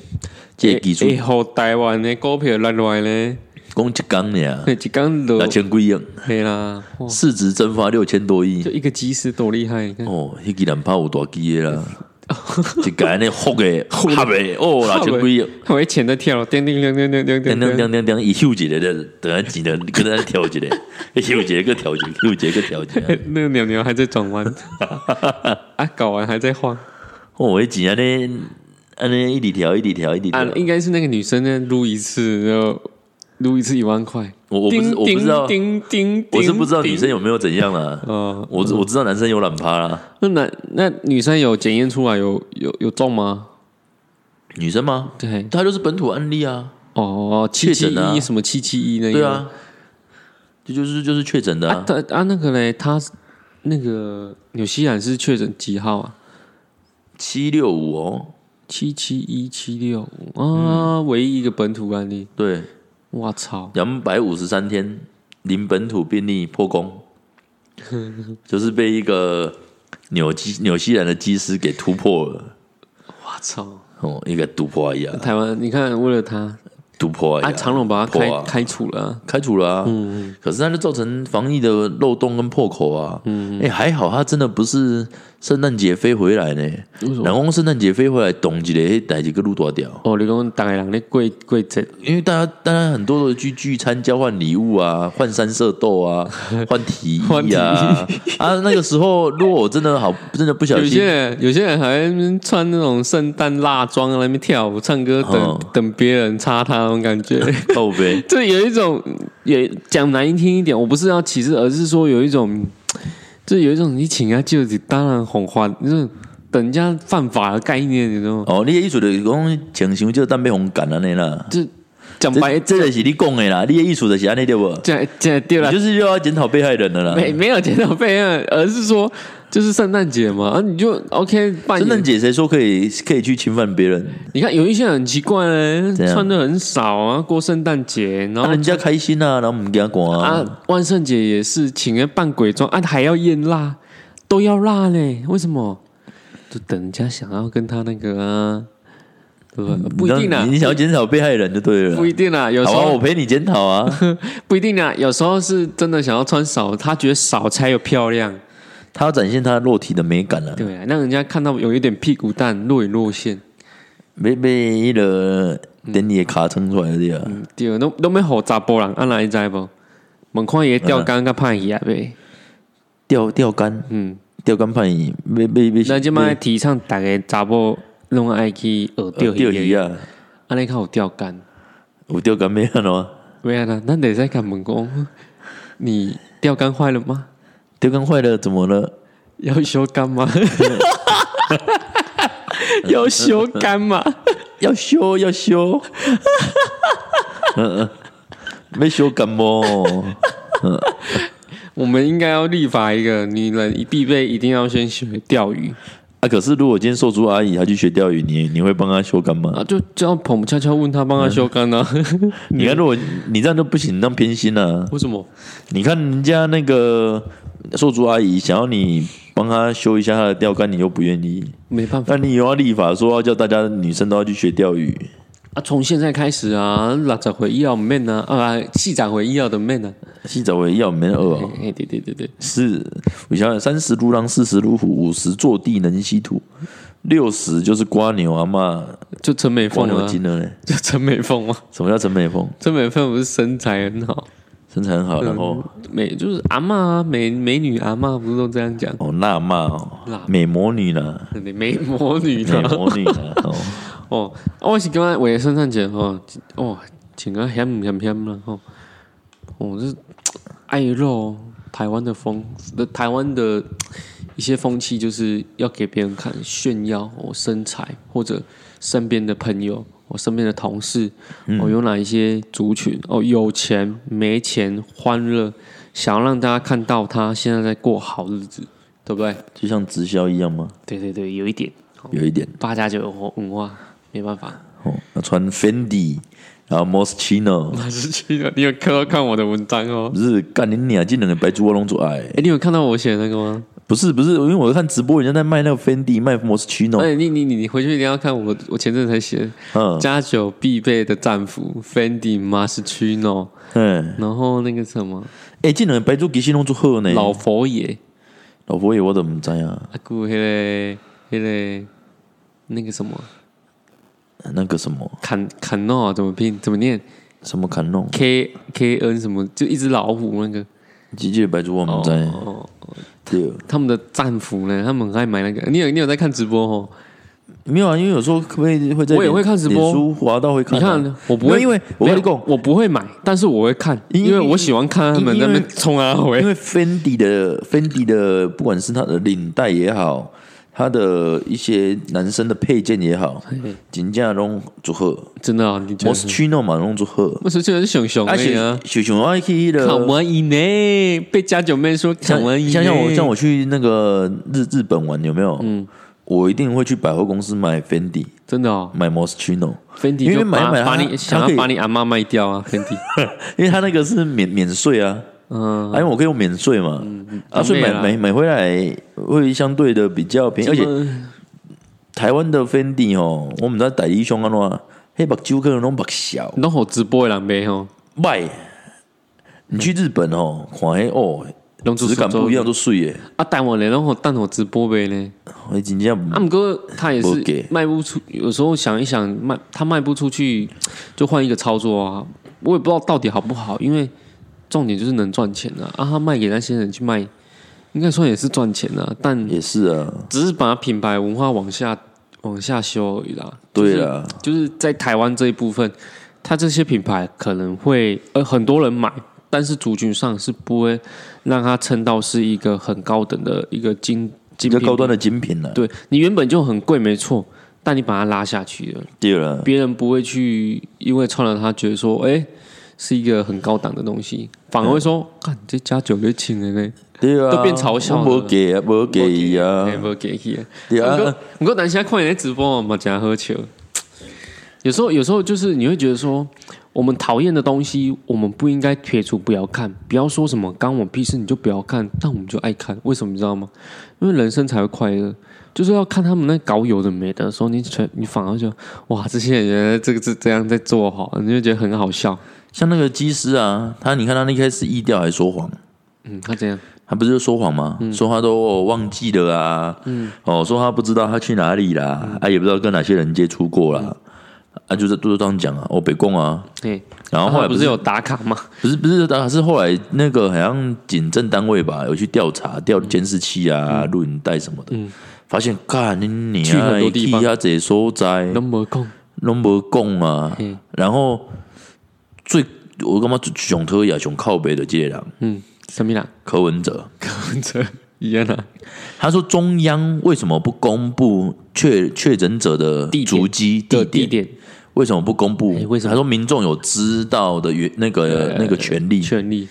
Speaker 1: 这个技术
Speaker 2: 会互台湾的股票烂落来呢，
Speaker 1: 讲一工呢，
Speaker 2: 嘿一工
Speaker 1: 六
Speaker 2: 落
Speaker 1: 千几亿，
Speaker 2: 嘿啦，哇
Speaker 1: 市值蒸发六千多亿
Speaker 2: 就。一个技师多厉害，你看，
Speaker 1: 哦，迄个人拍有大机的啦， 一个安尼福的、合的，哦，六千几亿。
Speaker 2: 我一钱在跳，叮叮叮叮叮叮
Speaker 1: 叮
Speaker 2: 叮
Speaker 1: 叮
Speaker 2: 叮，
Speaker 1: 叮叮叮，一休一个的，等下几人跟他跳一个， 一休一个跳一个，休一个跳一个。
Speaker 2: 那个鸟鸟还在转 弯，啊，搞完还在晃，
Speaker 1: 哦，迄钱安尼安尼一直跳，一直跳，一直
Speaker 2: 啊
Speaker 1: 跳，。
Speaker 2: 应该是那个女生呢，撸一次，然后撸一次一万块，
Speaker 1: 我我不是我不知道，
Speaker 2: 叮叮叮，
Speaker 1: 我是不知道女生有没有怎样啦。
Speaker 2: 哦，
Speaker 1: 我我知道男生有懒趴啦，
Speaker 2: 那男那女生有检验出来有有有中吗？
Speaker 1: 女生吗？
Speaker 2: 对，
Speaker 1: 他就是本土案例啊，
Speaker 2: 哦哦，七
Speaker 1: 确
Speaker 2: 七
Speaker 1: 诊啊
Speaker 2: 一什么七七一那个？
Speaker 1: 对啊，这就是就是确诊的
Speaker 2: 啊，
Speaker 1: 啊。
Speaker 2: 他啊那个嘞，他那个纽西兰是确诊几号啊？
Speaker 1: 七六五哦，
Speaker 2: 七七一七六啊，
Speaker 1: 嗯
Speaker 2: 唯一一个本土案例。
Speaker 1: 对，
Speaker 2: 我操！
Speaker 1: 两百五十三天零本土病例破 功，就是被一个纽基纽西兰的机师给突破了，
Speaker 2: 我操！
Speaker 1: 哦，一个突破一样，
Speaker 2: 台湾，你看为了他，
Speaker 1: 突破一
Speaker 2: 啊，
Speaker 1: 样，
Speaker 2: 长隆把他
Speaker 1: 破啊
Speaker 2: 开开除了啊。
Speaker 1: 开除了啊。可是它就造成防疫的漏洞跟破口啊。嗯，哎、还好它真的不是圣诞节飞回来呢。然后圣诞节飞回来，懂一个逮一个路多屌，
Speaker 2: 哦，你讲大概人咧贵贵节，
Speaker 1: 因为大家当然很多的去聚餐交换礼物啊，换三色豆 啊，换提
Speaker 2: 换
Speaker 1: 议
Speaker 2: 提议
Speaker 1: 啊啊。那个时候，如果我真的好真的不小
Speaker 2: 有些
Speaker 1: 心，
Speaker 2: 人有些人还在那边穿那种圣诞蜡妆，在那边跳舞、唱歌，等
Speaker 1: 哦
Speaker 2: 等别人插他那种感觉。
Speaker 1: 靠呗，
Speaker 2: 这有一种也讲难听一点，我不是要歧视，而是说有一种，这有一种你请人家就是当然红花，就是等人家犯法的概念，你知道吗？
Speaker 1: 哦，你的意思就是讲情形就是蛋被红干了那啦。
Speaker 2: 这讲白
Speaker 1: 这，这就是你讲的啦，你的意思就是安尼对不？
Speaker 2: 讲讲
Speaker 1: 你
Speaker 2: 对了，
Speaker 1: 就是又要检讨被害人的啦。
Speaker 2: 没没有检讨备案，而是说就是圣诞节嘛，啊你就 OK 扮
Speaker 1: 圣诞
Speaker 2: 演。
Speaker 1: 节谁说可以可以去侵犯别人？
Speaker 2: 你看有一些人很奇怪、欸，
Speaker 1: 怎样
Speaker 2: 穿的很少啊，过圣诞节，然
Speaker 1: 那、
Speaker 2: 后
Speaker 1: 人家开心啊，然后我们给他管啊。
Speaker 2: 啊，万圣节也是请人扮鬼装啊，还要验蜡，都要蜡嘞，为什么？就等人家想要跟他那个啊，对吧？不一定
Speaker 1: 你知
Speaker 2: 啊
Speaker 1: 道，嗯你想要检讨被害人就对了
Speaker 2: 不一
Speaker 1: 啦。
Speaker 2: 定啊，有时
Speaker 1: 好啊，我
Speaker 2: 候
Speaker 1: 陪你检讨啊。
Speaker 2: 不一定啊，有时候是真的想要穿少，他觉得少才有漂亮，
Speaker 1: 他要展现他肉体的美感了、啊，
Speaker 2: 对啊，让人家看到有一点屁股蛋若隐若现，
Speaker 1: 被被一个等你的卡撑出来的啊。
Speaker 2: 嗯对啊，都都没好查波人，啊哪一知不？门看也钓竿个判伊啊呗，
Speaker 1: 嗯钓钓竿，
Speaker 2: 嗯，
Speaker 1: 钓竿判你，被被被
Speaker 2: 咱即摆提倡大家查某拢爱去学
Speaker 1: 钓
Speaker 2: 钓
Speaker 1: 钓
Speaker 2: 鱼
Speaker 1: 鱼
Speaker 2: 的，
Speaker 1: 啊，
Speaker 2: 安尼较有钓竿。
Speaker 1: 有钓竿没有咯？
Speaker 2: 没啊，那得在看门工，你钓竿坏了吗？
Speaker 1: 钓竿坏了怎么了？
Speaker 2: 要修竿吗？ 要修竿吗？
Speaker 1: 要修要 修， 嗯嗯，没修感冒，
Speaker 2: 我们应该要立法一个，女人必备一定要先学钓鱼
Speaker 1: 啊，可是如果今天瘦猪阿姨她去学钓鱼，你你会帮她修竿吗？
Speaker 2: 啊！就叫捧悄悄问他帮他修竿啊？
Speaker 1: 你看，如果你这样就不行，你这样偏心啊！
Speaker 2: 为什么？
Speaker 1: 你看人家那个瘦猪阿姨想要你帮她修一下她的钓竿，你又不愿意，
Speaker 2: 没办法
Speaker 1: 那你又要立法说要叫大家女生都要去学钓鱼，
Speaker 2: 啊！从现在开始啊，六十回要 man 啊啊，细长回要的 man 啊！
Speaker 1: 洗澡也要没人饿啊！
Speaker 2: 哎，对对对对，
Speaker 1: 是，我想想，三十如狼，四十如虎，五十坐地能吸土，六十就是瓜牛阿妈
Speaker 2: 就陈美
Speaker 1: 瓜
Speaker 2: 凤
Speaker 1: 牛
Speaker 2: 啊，
Speaker 1: 精了嘞。
Speaker 2: 就陈美凤啊，
Speaker 1: 什么叫陈美凤？
Speaker 2: 陈美凤不是身材很好。
Speaker 1: 身材很好，然后
Speaker 2: 美就是阿嬷啊，美美女阿嬷不是都这样讲？
Speaker 1: 哦辣妈哦，美魔女呢？
Speaker 2: 美魔女
Speaker 1: 美
Speaker 2: 的
Speaker 1: 魔女呢？ 哦，
Speaker 2: 哦，啊我是刚刚为了圣诞节哦，哦，请个咸唔咸咸啦吼，哦，这爱肉哦台湾的风，台湾的一些风气就是要给别人看炫耀我、身材，或者身边的朋友，我身边的同事，我、有哪一些族群哦，有钱没钱，欢乐，想要让大家看到他现在在过好日子，对不对？
Speaker 1: 就像直销一样吗？
Speaker 2: 对对对，有一点
Speaker 1: 有一点
Speaker 2: 八加九文化，没办法。
Speaker 1: 哦，那穿 Fendi，然后 Moschino，
Speaker 2: 还是去了。你有看到看我的文章哦？
Speaker 1: 不是干你娘，这两个白猪我拢做爱。
Speaker 2: 哎，你有看到我写的那个吗？
Speaker 1: 不是不是，因为我看直播，人家在卖那个 Fendi，卖 Moschino，、
Speaker 2: 哎，你你你你回去一定要看我，我前阵才写
Speaker 1: 嗯
Speaker 2: 加九必备的战服 Fendi Maschino，
Speaker 1: 嗯，
Speaker 2: 然后那个什么
Speaker 1: 哎，竟然白猪给西弄出好呢，
Speaker 2: 老佛爷，
Speaker 1: 老佛爷我怎么知啊？
Speaker 2: 啊，古黑嘞黑嘞那个什么
Speaker 1: 那个什么
Speaker 2: 坎坎诺啊怎么拼怎么念
Speaker 1: 什么坎弄，
Speaker 2: K K N 什么就一只老虎那个
Speaker 1: 几届白猪我们在
Speaker 2: 哦，
Speaker 1: 对，
Speaker 2: 他们的战服呢，他们很爱买那个。你有你有在看直播哦？
Speaker 1: 没有啊，因为有时候可不可以会在
Speaker 2: 我也
Speaker 1: 脸
Speaker 2: 会看直播
Speaker 1: 脸书滑到会
Speaker 2: 你
Speaker 1: 看啊，
Speaker 2: 看我不会，
Speaker 1: 没有因为我跟你
Speaker 2: 没有
Speaker 1: 讲
Speaker 2: 我不会买，但是我会看，
Speaker 1: 因
Speaker 2: 因为我喜欢看他们
Speaker 1: 因
Speaker 2: 在
Speaker 1: 因
Speaker 2: 那
Speaker 1: 为
Speaker 2: 边冲啊回
Speaker 1: 因。为 Fendi 的 Fendi 的，不管是它的领带也好，它的一些男生的配件也好，金价拢祝贺
Speaker 2: 真的、啊，你觉得是？
Speaker 1: ，Moschino 嘛拢祝贺，
Speaker 2: 我是觉得熊熊而
Speaker 1: 而
Speaker 2: 已
Speaker 1: 且
Speaker 2: 啊，
Speaker 1: 熊熊爱去
Speaker 2: 卡
Speaker 1: 的，
Speaker 2: 哇伊呢？被家九妹说卡
Speaker 1: 像
Speaker 2: 哇伊呢，
Speaker 1: 像像我像我去那个日日本玩有没有？嗯，我一定会去百货公司买 Fendi，
Speaker 2: 真的哦
Speaker 1: 买 Moschino，
Speaker 2: ，Fendi
Speaker 1: 因为
Speaker 2: 就
Speaker 1: 买
Speaker 2: 把
Speaker 1: 买它
Speaker 2: 把你
Speaker 1: 它
Speaker 2: 想
Speaker 1: 可
Speaker 2: 要
Speaker 1: 以
Speaker 2: 把你阿妈卖掉啊，Fendi，
Speaker 1: 因为它那个是免免税啊。
Speaker 2: 嗯，
Speaker 1: 啊因为我可以用免税嘛，啊，所以
Speaker 2: 免
Speaker 1: 买
Speaker 2: 费啦
Speaker 1: 买买回来会相对的比较便宜，而且台湾的 Fendi 哦，我们在代理商安怎，黑目睭可能拢目小，
Speaker 2: 弄好直播的人呗吼，嗯
Speaker 1: 卖。你去日本哦，看黑哦，
Speaker 2: 弄出
Speaker 1: 质感不一样，都水耶，
Speaker 2: 啊，台湾的弄好蛋好直播呗呢。
Speaker 1: 哎，真正
Speaker 2: 啊，姆哥他也
Speaker 1: 没
Speaker 2: 是
Speaker 1: 给
Speaker 2: 卖不出，有时候想一想卖他卖不出去，就换一个操作啊。我也不知道到底好不好，因为重点就是能赚钱啊。啊，他卖给那些人去卖，应该说也是赚钱啊，但
Speaker 1: 也是啊，
Speaker 2: 只是把品牌文化往下往下修而已啦。
Speaker 1: 对啊
Speaker 2: 了，
Speaker 1: 啦，
Speaker 2: 就是在台湾这一部分，它这些品牌可能会呃很多人买，但是族群上是不会让它撑到是一个很高等的一个精
Speaker 1: 比
Speaker 2: 精
Speaker 1: 较
Speaker 2: 品
Speaker 1: 高端的精品啦，啊
Speaker 2: 对你原本就很贵，没错，但你把它拉下去了，
Speaker 1: 对啦，
Speaker 2: 别人不会去因为穿了它觉得说，哎、是一个很高档的东西，反而会说，看、你这加九就请了呢，
Speaker 1: 对啊，
Speaker 2: 都变嘲笑了
Speaker 1: 我没给啊，没给伊啊，
Speaker 2: 没给去。
Speaker 1: 对
Speaker 2: 不过
Speaker 1: 啊，
Speaker 2: 不过，等一下看你的直播嘛，讲喝球。有时候，有时候就是你会觉得说，我们讨厌的东西，我们不应该撇除不要看，不要说什么干我屁事，你就不要看，但我们就爱看，为什么你知道吗？因为人生才会快乐，就是要看他们那搞有的没的时候，你全你反而就哇，这些人原来这个是这样在做哈，你就觉得很好笑。
Speaker 1: 像那个机师啊，他你看他一开始意调还说谎。
Speaker 2: 嗯，他这样
Speaker 1: 他不是就说谎吗？
Speaker 2: 嗯
Speaker 1: 说他都、哦忘记了啊，哦，说他不知道他去哪里啦，
Speaker 2: 嗯
Speaker 1: 啊，也不知道跟哪些人接触过啦，啊，就是都是这样讲啊，哦，北贡啊，
Speaker 2: 对，
Speaker 1: 然后后来
Speaker 2: 他不
Speaker 1: 不
Speaker 2: 是
Speaker 1: 是
Speaker 2: 有打卡吗？
Speaker 1: 不是不是，当然是后来那个好像警政单位吧，有去调查调
Speaker 2: 嗯
Speaker 1: 监视器啊、录影带什么的，发现看你你
Speaker 2: 去很多地方
Speaker 1: 啊这所在
Speaker 2: 都没空，
Speaker 1: 拢无讲啊
Speaker 2: 嗯，
Speaker 1: 然后最我感觉最上特也上靠北的这个人
Speaker 2: 嗯，什么啦？
Speaker 1: 柯文哲。
Speaker 2: 这一样啊。
Speaker 1: 他说中央为什么不公布确确诊者的
Speaker 2: 地点
Speaker 1: 足迹地
Speaker 2: 的
Speaker 1: 点？
Speaker 2: 地点
Speaker 1: 为什么不公布？
Speaker 2: 哎为什么
Speaker 1: 他说民众有知道的原那个、那个权利，
Speaker 2: 权利，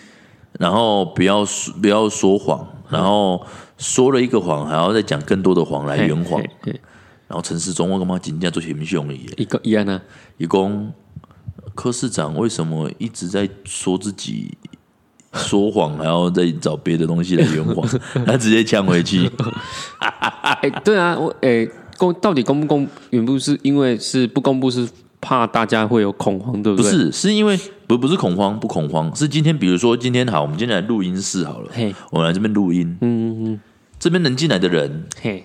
Speaker 1: 然后不要说不要说谎，
Speaker 2: 嗯
Speaker 1: 然后说了一个谎，还要再讲更多的谎来圆谎
Speaker 2: 嘿。，嘿嘿
Speaker 1: 然后陈世忠我干嘛今天做行凶耶？
Speaker 2: 一个一样啊，
Speaker 1: 一共柯市长为什么一直在说自己说谎，还要再找别的东西来圆 谎？他直接呛回去。
Speaker 2: 哎，对啊，我哎公到底公不公原不是因为是不公布是怕大家会有恐慌，对
Speaker 1: 不
Speaker 2: 对？，
Speaker 1: 是，是因为不不是恐慌，不恐慌，是今天，比如说今天好，我们今天来录音室好了，
Speaker 2: 嘿
Speaker 1: 我们来这边录音，嗯嗯嗯，这边能进来的人，
Speaker 2: 嘿，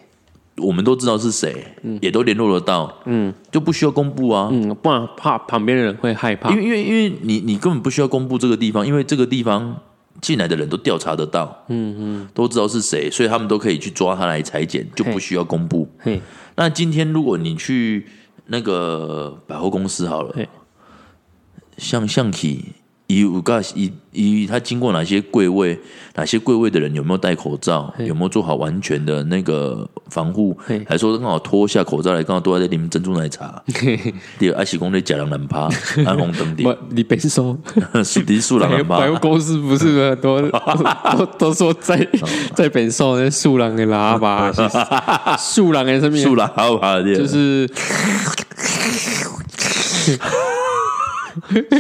Speaker 1: 我们都知道是谁，也都联络得到，嗯，就不需要公布啊，
Speaker 2: 嗯，不然怕旁边的人会害怕
Speaker 1: 因，为因为因为你你根本不需要公布这个地方，因为这个地方进来的人都调查得到，嗯嗯，都知道是谁，所以他们都可以去抓他来裁剪，就
Speaker 2: 嘿
Speaker 1: 不需要公布。
Speaker 2: 嘿，
Speaker 1: 那今天如果你去那个百货公司好了
Speaker 2: 嘿，
Speaker 1: 像象棋，以五个以以他经过哪些柜位，哪些柜位的人有没有戴口罩，有没有做好完全的那个防护
Speaker 2: 嘿，
Speaker 1: 还说刚好脱下口罩来，刚好都在淋珍珠奶 茶，第二阿喜公在假人难趴，安红灯
Speaker 2: 不
Speaker 1: 顶，，
Speaker 2: 你别说，
Speaker 1: 树敌树人
Speaker 2: 百
Speaker 1: 难趴
Speaker 2: 百，货公司不是很多都都说在在本寿那树狼的喇叭，其实树狼的上啊面
Speaker 1: 树人好趴的，
Speaker 2: 就是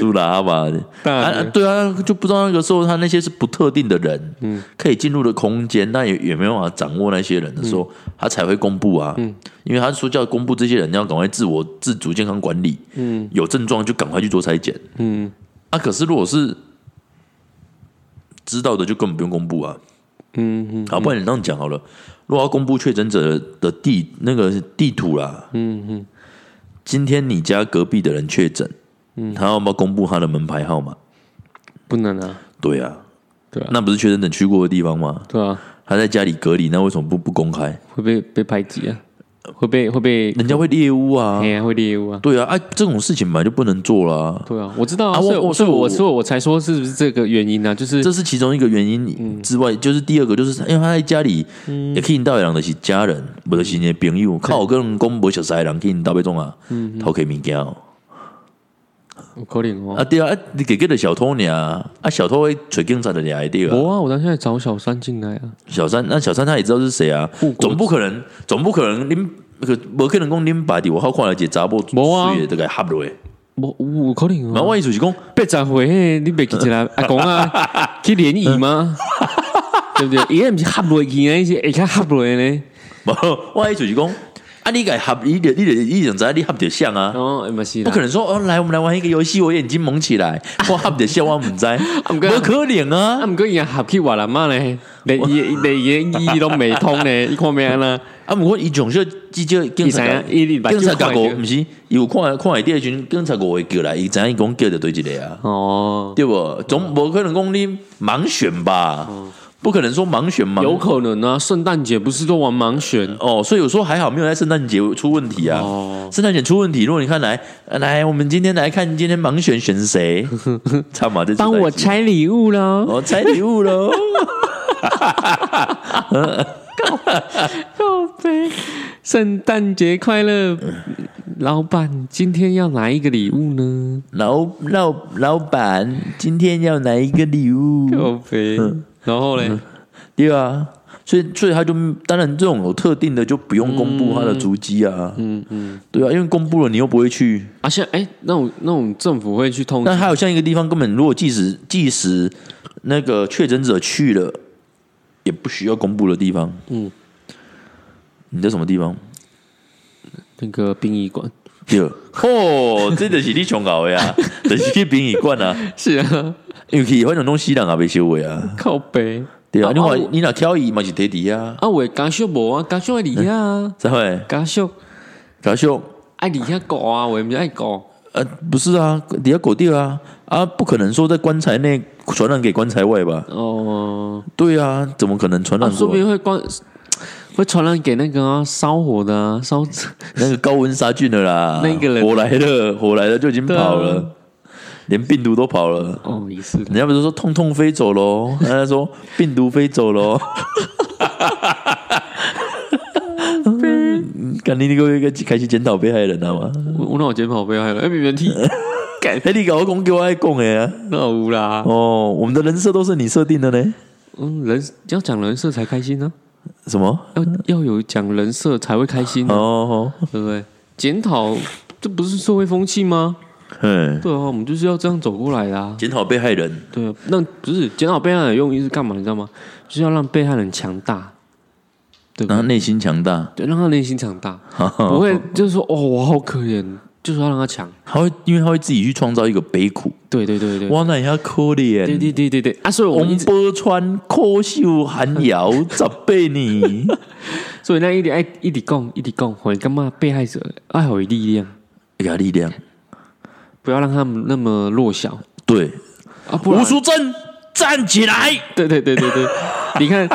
Speaker 1: 苏拉吧，
Speaker 2: 大
Speaker 1: 啊
Speaker 2: 的
Speaker 1: 啊对啊，就不知道那个时候他那些是不特定的人，可以进入的空间，但也也没办法掌握那些人的时候，他才会公布啊，因为他说叫公布这些人要赶快自我自主健康管理，嗯，有症状就赶快去做筛检，嗯，啊，可是如果是知道的就根本不用公布啊，嗯，好，不然你这样讲好了，如果要公布确诊者的地那个地图啦，嗯嗯，今天你家隔壁的人确诊。嗯他要不要公布他的门牌号码？
Speaker 2: 不能啊，
Speaker 1: 对啊，
Speaker 2: 对啊
Speaker 1: 那不是确诊者去过的地方吗？
Speaker 2: 对啊，
Speaker 1: 他在家里隔离，那为什么不不公开？
Speaker 2: 会被被排挤啊，会被 会被，
Speaker 1: 人家会猎物啊
Speaker 2: 哎，呀，会猎物啊。
Speaker 1: 对啊，啊，这种事情本来就不能做啦。
Speaker 2: 对啊，我知道
Speaker 1: 啊
Speaker 2: 啊，
Speaker 1: 我
Speaker 2: 所以
Speaker 1: 我
Speaker 2: 所
Speaker 1: 所
Speaker 2: 以
Speaker 1: 以
Speaker 2: 我
Speaker 1: 我
Speaker 2: 所以我才说是不是这个原因呢？就是
Speaker 1: 这是其中一个原
Speaker 2: 嗯
Speaker 1: 因之外，就是第二个，就是因为他在家里也可以到人的是家人，不的是你的朋友，靠我跟人公婆小三人去到被中啊，
Speaker 2: 嗯
Speaker 1: 偷给物件哦。
Speaker 2: 可怜哦
Speaker 1: 啊，。对啊，啊你给给的小偷呢？啊，小偷会找警察的来对啊。
Speaker 2: 我啊，我当时在找小三进来啊，
Speaker 1: 小三，那小三他也知道是谁啊
Speaker 2: 护，国
Speaker 1: 总不可能，总不可能恁可无可能讲恁爸伫我好看来一个查某
Speaker 2: 无啊
Speaker 1: 水的个合落去，
Speaker 2: 我有可能
Speaker 1: 然后
Speaker 2: 哦。
Speaker 1: 万一就是讲，
Speaker 2: 八十岁嘿，你袂记起来阿公啊， 去联谊吗？对不对？伊毋是合落去的，伊是会较合落的呢。
Speaker 1: 无万一就是讲，啊你个合，你就你就你就知道你合着像啊，
Speaker 2: 哦，嘛是
Speaker 1: 不
Speaker 2: 啦
Speaker 1: 可，能说哦来我们来玩一个游戏，我眼睛蒙起来，我合着像我唔 知，
Speaker 2: 不过
Speaker 1: 无可能
Speaker 2: 啊，
Speaker 1: 啊，
Speaker 2: 毋过伊也合去越南嘛咧，连伊连伊伊拢未通 咧，伊看咩啦？
Speaker 1: 啊不过伊从小至少警
Speaker 2: 伊知
Speaker 1: 察
Speaker 2: 影，伊连目
Speaker 1: 警察
Speaker 2: 睭
Speaker 1: 教
Speaker 2: 看
Speaker 1: 过，
Speaker 2: 过
Speaker 1: 毋是，伊有看看会第时阵，警察五会叫来，伊知影伊讲叫着对一个啊。
Speaker 2: 哦，
Speaker 1: 对不？总不可能讲你盲选吧？不可能说盲选盲
Speaker 2: 嗯有可能啊。圣诞节不是都玩盲选？
Speaker 1: 哦，所以有时候还好没有在圣诞节出问题啊。
Speaker 2: 哦
Speaker 1: 圣诞节出问题，如果你看来呃来，我们今天来看今天盲选选谁， 差嘛这出
Speaker 2: 帮我
Speaker 1: 代志，
Speaker 2: 拆礼物喽！
Speaker 1: 我哦拆礼物 喽。
Speaker 2: 告白，圣诞节快乐，老板，今天要来一个礼物呢？
Speaker 1: 老老老板，今天要来一个礼物，
Speaker 2: 告白，嗯然后嘞，
Speaker 1: 对啊。所以，所以他就当然这种有特定的就不用公布他的足迹啊，嗯嗯，对啊，因为公布了你又不会去，
Speaker 2: 啊，现在哎，那种那种政府会去通知
Speaker 1: 那还有像一个地方，根本如果即使即使那个确诊者去了，也不需要公布的地方。嗯，你在什么地方？
Speaker 2: 那个殡仪馆，
Speaker 1: 第 二，哦，这就是你穷搞的呀，就是去殡仪馆啊，
Speaker 2: 是啊，
Speaker 1: 因为去迄种东西人也被收尾啊，
Speaker 2: 靠背
Speaker 1: 对啊，
Speaker 2: 啊
Speaker 1: 你
Speaker 2: 啊
Speaker 1: 看
Speaker 2: 我
Speaker 1: 你若挑伊嘛是弟弟啊，
Speaker 2: 啊，我的家属无啊，家属爱离啊，
Speaker 1: 再会，
Speaker 2: 家属
Speaker 1: 搞笑。
Speaker 2: 爱离遐狗啊，我毋是爱狗，
Speaker 1: 呃，不是啊，底下狗掉啊啊，不可能说在棺材内传染给棺材外吧？
Speaker 2: 哦，
Speaker 1: 对啊，怎么可能传染
Speaker 2: 啊，
Speaker 1: 过
Speaker 2: 说不定会关。会传染给那个啊烧、火的啊，烧
Speaker 1: 那个高温杀菌的啦，
Speaker 2: 那个人
Speaker 1: 火来了，火来了就已经跑了，
Speaker 2: 对。
Speaker 1: 连病毒都跑了
Speaker 2: 哦也是的，
Speaker 1: 人家不是说痛痛飞走喽，人家说病毒飞走喽。嗯干你那个一个开始检讨被害人了吗？
Speaker 2: 我我那我肩膀被害了，哎、没人踢，
Speaker 1: 哎、你搞公给我爱供哎呀！
Speaker 2: 那无啦，
Speaker 1: 哦，我们的人设都是你设定的呢？
Speaker 2: 嗯，人要讲人设才开心呢、
Speaker 1: 什么？
Speaker 2: 啊，要要有讲人设才会开心、啊，
Speaker 1: 哦，
Speaker 2: 对不对？检讨这不是社会风气吗？
Speaker 1: 嗯，
Speaker 2: 对啊，我们就是要这样走过来的啊。
Speaker 1: 检讨被害人，
Speaker 2: 对啊，让不是检讨被害人的用意是干嘛？你知道吗？就是要让被害人强大，对不
Speaker 1: 然后
Speaker 2: 对？
Speaker 1: 内心强大，
Speaker 2: 对，让他内心强大，不会就是说哦，我好可怜，就是要让他强。
Speaker 1: 他会因为他会自己去创造一个悲苦。
Speaker 2: 对对对对，
Speaker 1: 哇，哦那也要可怜。
Speaker 2: 对对对对对啊！所以我们一
Speaker 1: 洪
Speaker 2: 直，
Speaker 1: 波川苦秀寒窑十八 年，
Speaker 2: 所以那一直爱一直讲一直讲，会干嘛？被害者爱有力量，
Speaker 1: 给他哎力量。
Speaker 2: 不要让他们那么弱小
Speaker 1: 对，
Speaker 2: 啊！不然
Speaker 1: 吴淑珍站起来，
Speaker 2: 对对对对 对，你看，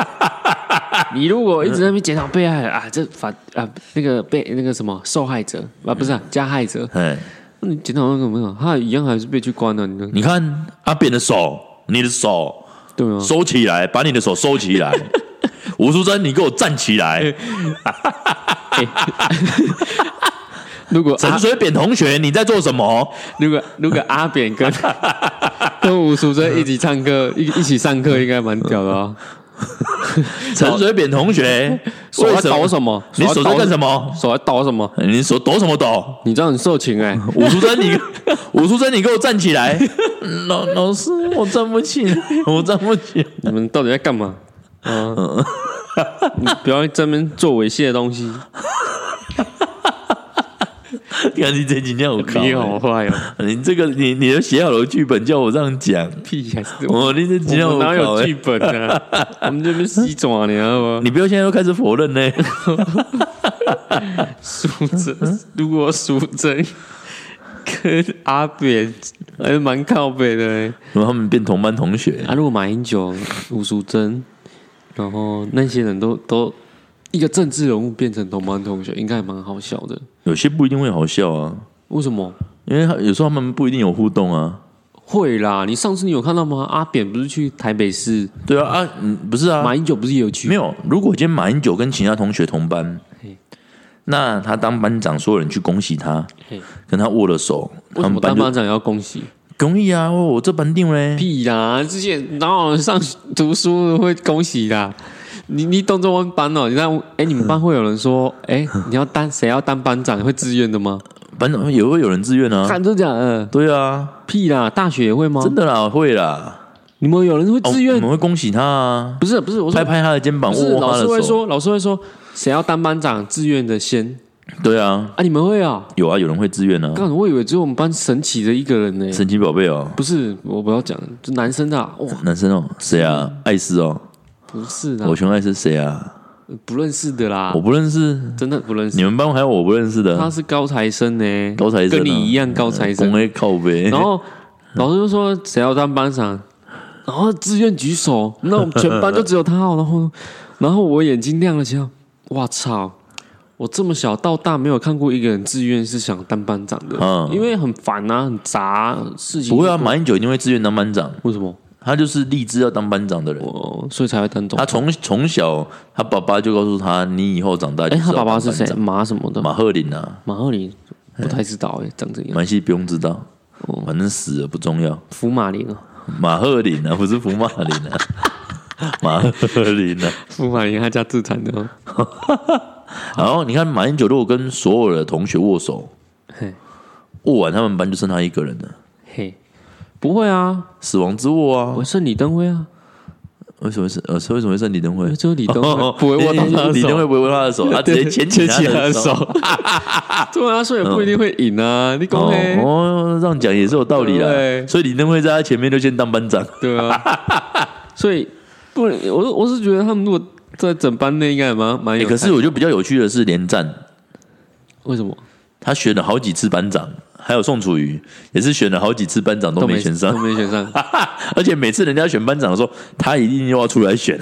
Speaker 2: 你如果一直在那边检讨被害人啊，这法啊那个被那个什么受害者啊，不是、啊、加害者，
Speaker 1: 哎，
Speaker 2: 那你检讨那个没有，他一样还是被去关了，你能
Speaker 1: 你看阿扁的手，你的手
Speaker 2: 对吗？
Speaker 1: 收起来，把你的手收起 来。吴淑珍，你给我站起来！
Speaker 2: 如果
Speaker 1: 陈
Speaker 2: 阿
Speaker 1: 水扁同学，你在做什么？
Speaker 2: 如果如果阿 嗯扁跟跟吴淑珍一起唱歌，一一起上课，应该蛮屌的啊、
Speaker 1: 陈水扁同 学，
Speaker 2: 手
Speaker 1: 为
Speaker 2: 在
Speaker 1: 什么你
Speaker 2: 抖什么？
Speaker 1: 手在干什
Speaker 2: 么？
Speaker 1: 么？
Speaker 2: 手在抖什么？
Speaker 1: 你手抖什么 抖？
Speaker 2: 你知道你受情哎、
Speaker 1: 武淑珍，你武淑珍，你给我站起 来！老老师，我站不起来，我站不起来。
Speaker 2: 你们到底在干嘛？嗯，你不要在那边做猥亵的东西，
Speaker 1: 看你这几天我靠，
Speaker 2: 你好坏哦，
Speaker 1: 你这个你你都写好了剧本，叫我这样讲，
Speaker 2: 屁还是我
Speaker 1: 我你这几天
Speaker 2: 们
Speaker 1: 我
Speaker 2: 哪
Speaker 1: 靠
Speaker 2: 有
Speaker 1: 欸
Speaker 2: 剧本啊？我们这边洗爪，啊你知道吗？
Speaker 1: 你不要现在都开始否认呢、
Speaker 2: 淑珍，如果淑珍跟阿扁还是蛮靠北的、欸。
Speaker 1: 然后他们变同班同学，
Speaker 2: 啊，如果马英九、吴淑珍，然后那些人都都一个政治人物变成同班同学，应该也蛮好笑的。
Speaker 1: 有些不一定会好笑啊，
Speaker 2: 为什么？
Speaker 1: 因为他有时候他们不一定有互动啊。
Speaker 2: 会啦，你上次你有看到吗？阿扁不是去台北市，
Speaker 1: 对啊啊，嗯，不是啊，
Speaker 2: 马英九不是也有去？
Speaker 1: 没
Speaker 2: 有，
Speaker 1: 有。如果今天马英九跟其他同学同班，那他当班长，所有人去恭喜他
Speaker 2: 嘿，
Speaker 1: 跟他握了手，
Speaker 2: 为
Speaker 1: 他
Speaker 2: 什
Speaker 1: 们
Speaker 2: 么当
Speaker 1: 班就
Speaker 2: 班长也要恭喜？
Speaker 1: 恭喜啊！哦我这班定嘞，
Speaker 2: 屁啦，这些哪有上读书的会恭喜啦？你你动作问班哦，你看，哎，你们班会有人说，哎，你要当谁要当班长，会自愿的吗？
Speaker 1: 班长也会有人自愿啊。
Speaker 2: 看哦真假的？
Speaker 1: 对啊，
Speaker 2: 呃屁啦，大学也会吗？
Speaker 1: 真的啦，会啦，
Speaker 2: 你们有人会
Speaker 1: 哦
Speaker 2: 自
Speaker 1: 我
Speaker 2: 愿？
Speaker 1: 们会恭喜他啊，
Speaker 2: 不是不是，我说
Speaker 1: 拍拍他的肩膀，
Speaker 2: 不
Speaker 1: 握
Speaker 2: 是，
Speaker 1: 握
Speaker 2: 老
Speaker 1: 他
Speaker 2: 师会
Speaker 1: 的手。
Speaker 2: 说，老师会说，谁要当班长，自愿的先
Speaker 1: 对啊，
Speaker 2: 啊！你们会啊？
Speaker 1: 有啊，有人会自愿啊。
Speaker 2: 刚才我以为只有我们班神奇的一个人呢、
Speaker 1: 神奇宝贝哦，
Speaker 2: 不是，我不要讲，就男生的、啊，哇，
Speaker 1: 男生哦，谁啊？
Speaker 2: 嗯
Speaker 1: 艾斯哦，
Speaker 2: 不是啊
Speaker 1: 我，熊艾斯谁啊？
Speaker 2: 不认识的啦
Speaker 1: 我，不认识，
Speaker 2: 真的不认识
Speaker 1: 你。们班还有我不认识的
Speaker 2: 啊他
Speaker 1: 啊，
Speaker 2: 是嗯高材生呢、嗯
Speaker 1: 高材生啊
Speaker 2: 跟你一样高材
Speaker 1: 公
Speaker 2: 生。
Speaker 1: 会靠背。
Speaker 2: 然后老师就说谁要当班长，然后自愿举手，那我们全班就只有他 哦。然后，然后我眼睛亮了起来，哇操！我这么小到大没有看过一个人自愿是想当班长的，
Speaker 1: 嗯
Speaker 2: 因为很烦啊，很杂啊事情。
Speaker 1: 不会啊，马英九一定会自愿当班长，
Speaker 2: 为什么？
Speaker 1: 他就是立志要当班长的人。
Speaker 2: 我所以才会当总
Speaker 1: 他。从从小，他爸爸就告诉他，你以后长大就
Speaker 2: 哎，
Speaker 1: 是
Speaker 2: 他
Speaker 1: 要
Speaker 2: 爸
Speaker 1: 当
Speaker 2: 爸
Speaker 1: 班
Speaker 2: 是
Speaker 1: 长。
Speaker 2: 谁？马什么的？
Speaker 1: 马赫林啊，
Speaker 2: 马赫林不太知道哎，长怎样？
Speaker 1: 蛮系不用知道，
Speaker 2: 哦
Speaker 1: 反正死了不重要。
Speaker 2: 福马林哦，
Speaker 1: 马赫林啊，不是福马林啊， 马赫林啊。
Speaker 2: 福马林他家自产的哦。
Speaker 1: 然后你看马英九如果跟所有的同学握手
Speaker 2: 嘿，
Speaker 1: 握完他们班就剩他一个人了，
Speaker 2: 嘿，不会啊，
Speaker 1: 死亡之握啊
Speaker 2: 我！哦是李登辉啊，
Speaker 1: 为什么是呃是为什么会剩李登辉
Speaker 2: 我？只有李登
Speaker 1: 哦
Speaker 2: 辉不会握到他的手，
Speaker 1: 李登辉不哦会握他的手，啊他直接牵
Speaker 2: 牵
Speaker 1: 他
Speaker 2: 起他
Speaker 1: 的
Speaker 2: 的手。对啊，所以不一定会赢啊，你讲
Speaker 1: 哦
Speaker 2: 嘿，
Speaker 1: 哦，这样讲也是有道理啦。
Speaker 2: 对
Speaker 1: 所以李登辉在他前面就先当班长，
Speaker 2: 对啊，所以不能，我我是觉得他们如果在整班内应该也蛮蛮
Speaker 1: 欸
Speaker 2: 有
Speaker 1: 可
Speaker 2: 才，
Speaker 1: 是我觉得比较有趣的是连战，
Speaker 2: 为什么
Speaker 1: 他选了好几次班长，还有宋楚瑜也是选了好几次班长都没选上
Speaker 2: 都，没 选上。
Speaker 1: 而且每次人家选班长的时候，他一定又要出来选。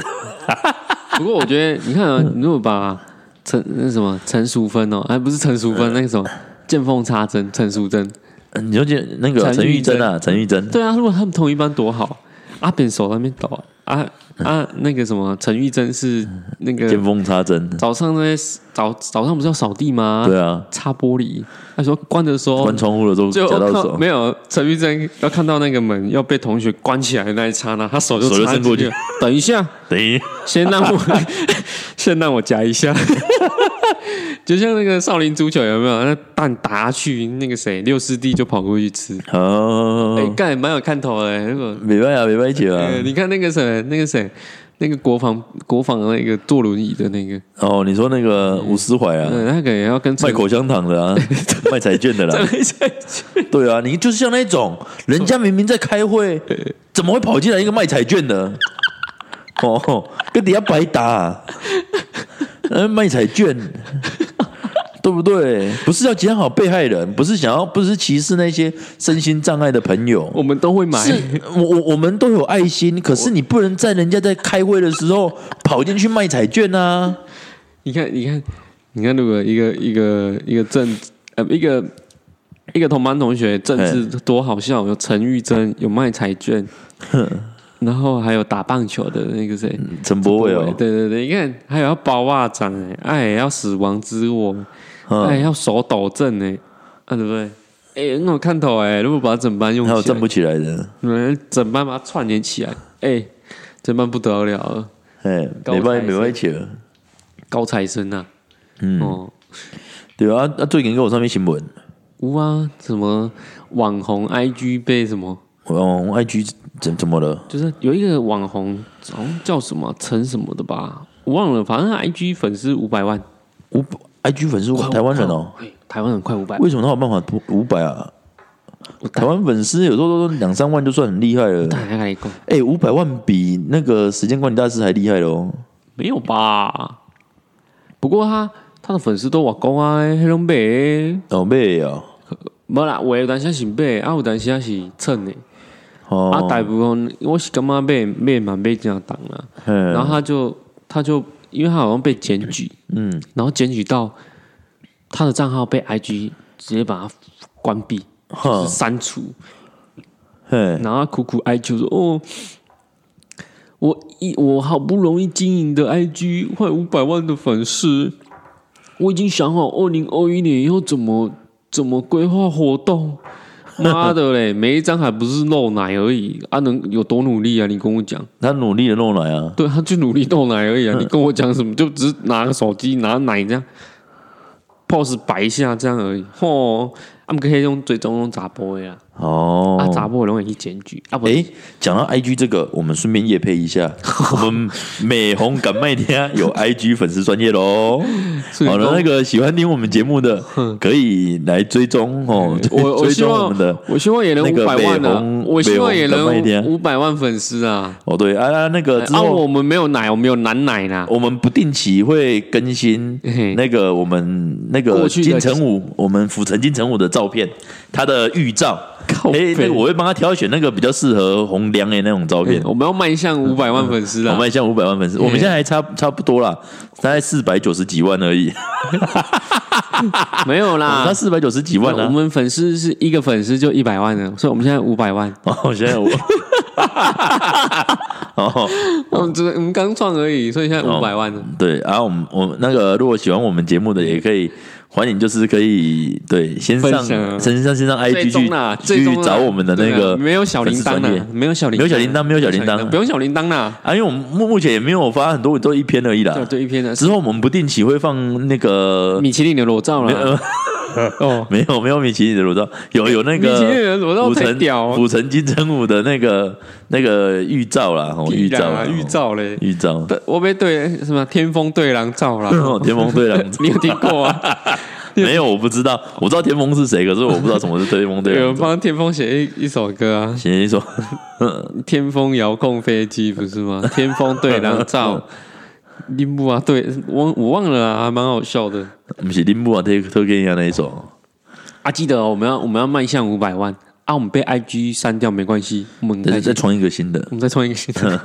Speaker 2: 不过我觉得你看啊，你如果把陈那什么陈淑芬哦，哎不是陈淑芬，那个什么见缝插针，陈淑贞，
Speaker 1: 嗯你就记得那个陈
Speaker 2: 陈
Speaker 1: 玉
Speaker 2: 玉
Speaker 1: 珍
Speaker 2: 珍
Speaker 1: 啊，陈玉珍，
Speaker 2: 对啊，如果他们同一班多好，啊阿扁手在那边抖啊。啊啊，那个什么，陈玉珍是那个
Speaker 1: 见缝插针，
Speaker 2: 早上那些早早上不是要扫地吗？
Speaker 1: 对啊，
Speaker 2: 擦玻璃。他说关的时候，
Speaker 1: 关窗户的时候
Speaker 2: 就
Speaker 1: 夹到
Speaker 2: 哦看
Speaker 1: 手，
Speaker 2: 没有陈玉珍要看到那个门要被同学关起来的那一刹那，他手就
Speaker 1: 手就
Speaker 2: 插
Speaker 1: 伸过
Speaker 2: 进
Speaker 1: 去，
Speaker 2: 等 一下，
Speaker 1: 等于
Speaker 2: 先让我 先让我夹一下。 就像那个少林足球有没有？那蛋打下去，那个谁六师弟就跑过去吃，
Speaker 1: 哦
Speaker 2: 哎、，干也蛮有看头的、如果
Speaker 1: 没办法，没办法
Speaker 2: 呃，
Speaker 1: 啊。
Speaker 2: 你看那个谁，那个谁，那个国防国防的那个坐轮椅的那个，
Speaker 1: 哦，你说那个吴思怀啊，
Speaker 2: 嗯，那个也要跟陈
Speaker 1: 卖口香糖的 啊，卖彩券的啦，对啊，你就是像那种人家明明在开会，怎么会跑进来一个卖彩券的？哦，跟底下白打、啊，呃卖彩券，对不对？不是要检讨被害人，不是想要，不是歧视那些身心障碍的朋友，
Speaker 2: 我们都会买。
Speaker 1: 是我我我们都有爱心，可是你不能在人家在开会的时候跑进去卖彩券啊！
Speaker 2: 你看，你看，你看，如果一个一个一个政呃一个一个同班同学政治多好笑，有陈玉珍，有卖彩券，然后还有打棒球的那个谁，
Speaker 1: 陈柏伟哦，
Speaker 2: 对对对，你看还有要包袜掌哎，哎、也要死亡之握，哎、也要手抖症哎、啊对不对？哎、那种看头哎、如果把整班用
Speaker 1: 还有
Speaker 2: 起
Speaker 1: 站
Speaker 2: 来，
Speaker 1: 不起来的，
Speaker 2: 嗯整班把它串联起来，哎、整班不得了了。
Speaker 1: 哎，
Speaker 2: 高
Speaker 1: 没
Speaker 2: 材
Speaker 1: 办
Speaker 2: 生
Speaker 1: 没办法，
Speaker 2: 高材生呐、嗯，哦，
Speaker 1: 对啊啊，最近给我上面新闻，
Speaker 2: 有啊，什么网红 IG 被什么，
Speaker 1: 哦，IG 怎怎么了？
Speaker 2: 就是有一个网红好像叫什么陈什么的吧，我忘了，反正他 IG 粉丝五百万，
Speaker 1: 五 IG 粉丝台湾人哦，
Speaker 2: 嘿，台湾人快五百，
Speaker 1: 为什么他有办法破五百啊？台湾粉丝有时候都两三万就算很厉害了，
Speaker 2: 大家来讲
Speaker 1: 哎，五百万比那个时间管理大师还厉害哦喽。
Speaker 2: 没有吧？不过他他的粉丝都瓦工啊，黑龙北，
Speaker 1: 哦，妹啊，
Speaker 2: 没啦，我有当时是买，啊有当时是蹭的，啊
Speaker 1: 哦，
Speaker 2: 大部分我是感觉买买嘛买这样当啦。
Speaker 1: 嗯
Speaker 2: 然后他就他就因为他好像被检举，
Speaker 1: 嗯，
Speaker 2: 然后检举到他的账号被 IG 直接把他关闭，就是
Speaker 1: 哼，
Speaker 2: 删除，
Speaker 1: 嘿，
Speaker 2: 然后他苦苦哀求说：“哦，我一我好不容易经营的 IG 快五百万的粉丝，我已经想好二零二一年以后怎么怎么规划活动。”妈的嘞，每一张还不是露奶而已啊，能有多努力啊？你跟我讲。
Speaker 1: 他努力的弄来啊，
Speaker 2: 对，他去努力弄奶而已啊！你跟我讲什么？就只是拿个手机拿奶这样 pose 摆一下这样而已。吼，啊他们可以用追踪用查波的啊，
Speaker 1: 哦，
Speaker 2: 啊查波容易去检举啊不，
Speaker 1: 哎，讲到 IG 这个，我们顺便夜配一下，我们美红敢麦天有 IG 粉丝专业喽。
Speaker 2: 所以
Speaker 1: 好了，
Speaker 2: 说
Speaker 1: 哦那个喜欢听我们节目 的，可以来追踪哦，
Speaker 2: 我我
Speaker 1: 追
Speaker 2: 希
Speaker 1: 踪我
Speaker 2: 望
Speaker 1: 们的。
Speaker 2: 我希望也能
Speaker 1: 那个
Speaker 2: 五百万
Speaker 1: 北
Speaker 2: 啊
Speaker 1: 红，
Speaker 2: 我希望也
Speaker 1: 北红赶快一点啊
Speaker 2: 能五百万粉丝啊！
Speaker 1: 哦，对啊，啊那个之
Speaker 2: 啊，
Speaker 1: 后、
Speaker 2: 我们没有奶，我们有男奶啦。
Speaker 1: 我们不定期会更新
Speaker 2: 嘿
Speaker 1: 那个我们那个
Speaker 2: 过去
Speaker 1: 金
Speaker 2: 的
Speaker 1: 城武，我们府城金城武的照片，他的预照。
Speaker 2: 靠
Speaker 1: 哎、
Speaker 2: 北
Speaker 1: 那个我会帮他挑选那个比较适合红娘的那种照片
Speaker 2: 嘿。我们要迈向五百万粉丝
Speaker 1: 我
Speaker 2: 哎啊！
Speaker 1: 们像五百万粉丝，我们现在还差差不多啦，大概四百九十几万而已，
Speaker 2: 啊没
Speaker 1: 他
Speaker 2: 有啦，
Speaker 1: 四百九十几万
Speaker 2: 我
Speaker 1: 啊！
Speaker 2: 们粉丝是一个粉丝就一百万了，所以我们现在五百万。
Speaker 1: 哦，现 在我， 哦，
Speaker 2: 我们只我们刚创而已，所以现在五百万了。
Speaker 1: 对，然、后我们我们那个如果喜欢我们节目的，也可以欢迎，就是可以对先上
Speaker 2: 分享啊
Speaker 1: 先上先上
Speaker 2: 最
Speaker 1: IG
Speaker 2: 终啦，
Speaker 1: 去
Speaker 2: 最终
Speaker 1: 去
Speaker 2: 啦
Speaker 1: 找我们的那
Speaker 2: 对
Speaker 1: 个
Speaker 2: 啊没有小铃铛
Speaker 1: 粉丝专页
Speaker 2: 啦，没有小铃，
Speaker 1: 没有小铃铛没有小铃铛
Speaker 2: 不用小铃铛啦，
Speaker 1: 啊，因为我们目目前也没有发很多，都一篇而已
Speaker 2: 对
Speaker 1: 啦。
Speaker 2: 对，一篇的
Speaker 1: 之后我们不定期会放那个
Speaker 2: 米其林的裸照
Speaker 1: 没有呃
Speaker 2: 啦，哦，
Speaker 1: 没有没有米其林的裸照，有有那
Speaker 2: 米其林的
Speaker 1: 个
Speaker 2: 裸照
Speaker 1: 古
Speaker 2: 太
Speaker 1: 城
Speaker 2: 屌了
Speaker 1: 古城金城武的那个那个预照啦，哦预照啦
Speaker 2: 啊，预照嘞，
Speaker 1: 预照，
Speaker 2: 对我被对什么天风对狼照啦，
Speaker 1: 哦田丰队长
Speaker 2: 你有听过 啊？
Speaker 1: 没有我不知道，我知道田丰是谁，可是我不知道什么是田丰队
Speaker 2: 有人
Speaker 1: 长。
Speaker 2: 帮天风写一一首歌啊，
Speaker 1: 行，你说
Speaker 2: 天风遥控飞机不是 吗？天风对狼照。林木啊，对我我忘了啊，还蛮好笑的
Speaker 1: 不是林木啊，特特跟一样那一首，
Speaker 2: 啊！记得、哦、我们要我们要迈向五百万啊！我们被 IG 删掉没关系，我们很
Speaker 1: 但
Speaker 2: 开
Speaker 1: 是
Speaker 2: 心
Speaker 1: 再创一个新的，
Speaker 2: 我们再创一个新 的。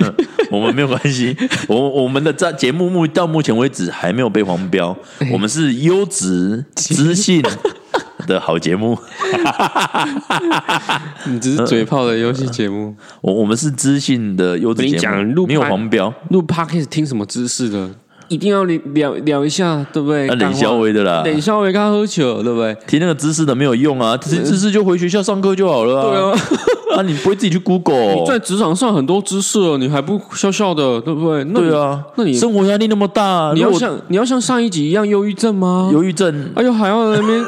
Speaker 1: 我们没有关系。我我们的这节目目到目前为止还没有被黄标，
Speaker 2: 哎
Speaker 1: 我们是优质知性的好节目。
Speaker 2: 你只是嘴炮的游戏节目，
Speaker 1: 我我们是知性的优质
Speaker 2: 我跟你
Speaker 1: 节
Speaker 2: 讲
Speaker 1: 目，
Speaker 2: 录
Speaker 1: 没有
Speaker 2: 拍
Speaker 1: 黄标，
Speaker 2: 录 podcast 听什么知识的，一定要聊聊一下，对不对？
Speaker 1: 那冷
Speaker 2: 笑
Speaker 1: 肖，微的啦，
Speaker 2: 冷笑维刚喝酒，对不对？
Speaker 1: 听那个知识的没有用啊，知知识就回学校上课就好了
Speaker 2: 对
Speaker 1: 啊。
Speaker 2: 啊，
Speaker 1: 啊，你不会自己去 Google？哦
Speaker 2: 你在职场上很多知识了，你还不笑笑的，对不对？那你
Speaker 1: 对，啊，
Speaker 2: 那你
Speaker 1: 生活压力那么大，
Speaker 2: 你要
Speaker 1: 如果
Speaker 2: 像你要像上一集一样忧郁症吗？
Speaker 1: 忧郁症，
Speaker 2: 哎呦，还要在那边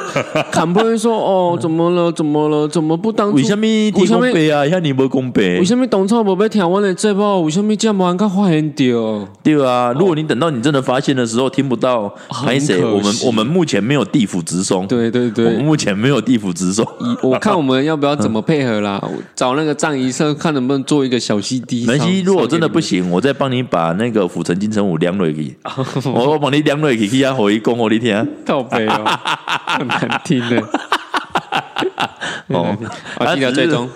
Speaker 2: 砍破人说哦，怎么了？怎么了？怎么不当初
Speaker 1: 为？什么提供杯啊？像你没公杯
Speaker 2: 为，什么董超伯被听我的这波？为什么这么安个发现掉？
Speaker 1: 对啊。如果你等到你真的发现的时候听不到，拍谁？
Speaker 2: 哦可惜
Speaker 1: 我们我们目前没有地府直送，
Speaker 2: 对对
Speaker 1: 我
Speaker 2: 对，
Speaker 1: 们目前没有地府直送。
Speaker 2: 以我看我们要不要怎么配合啦？我找那个藏医生看能不能做一个小 CD
Speaker 1: 梅
Speaker 2: 上。
Speaker 1: 西，如果
Speaker 2: 上给
Speaker 1: 真的
Speaker 2: 你
Speaker 1: 不行，我再帮你把那个府城金城武量落 去，我我帮你量落去，去啊，回讲我你听。
Speaker 2: 们靠 背哦，很难听的。
Speaker 1: 哦，
Speaker 2: 啊，记得追踪，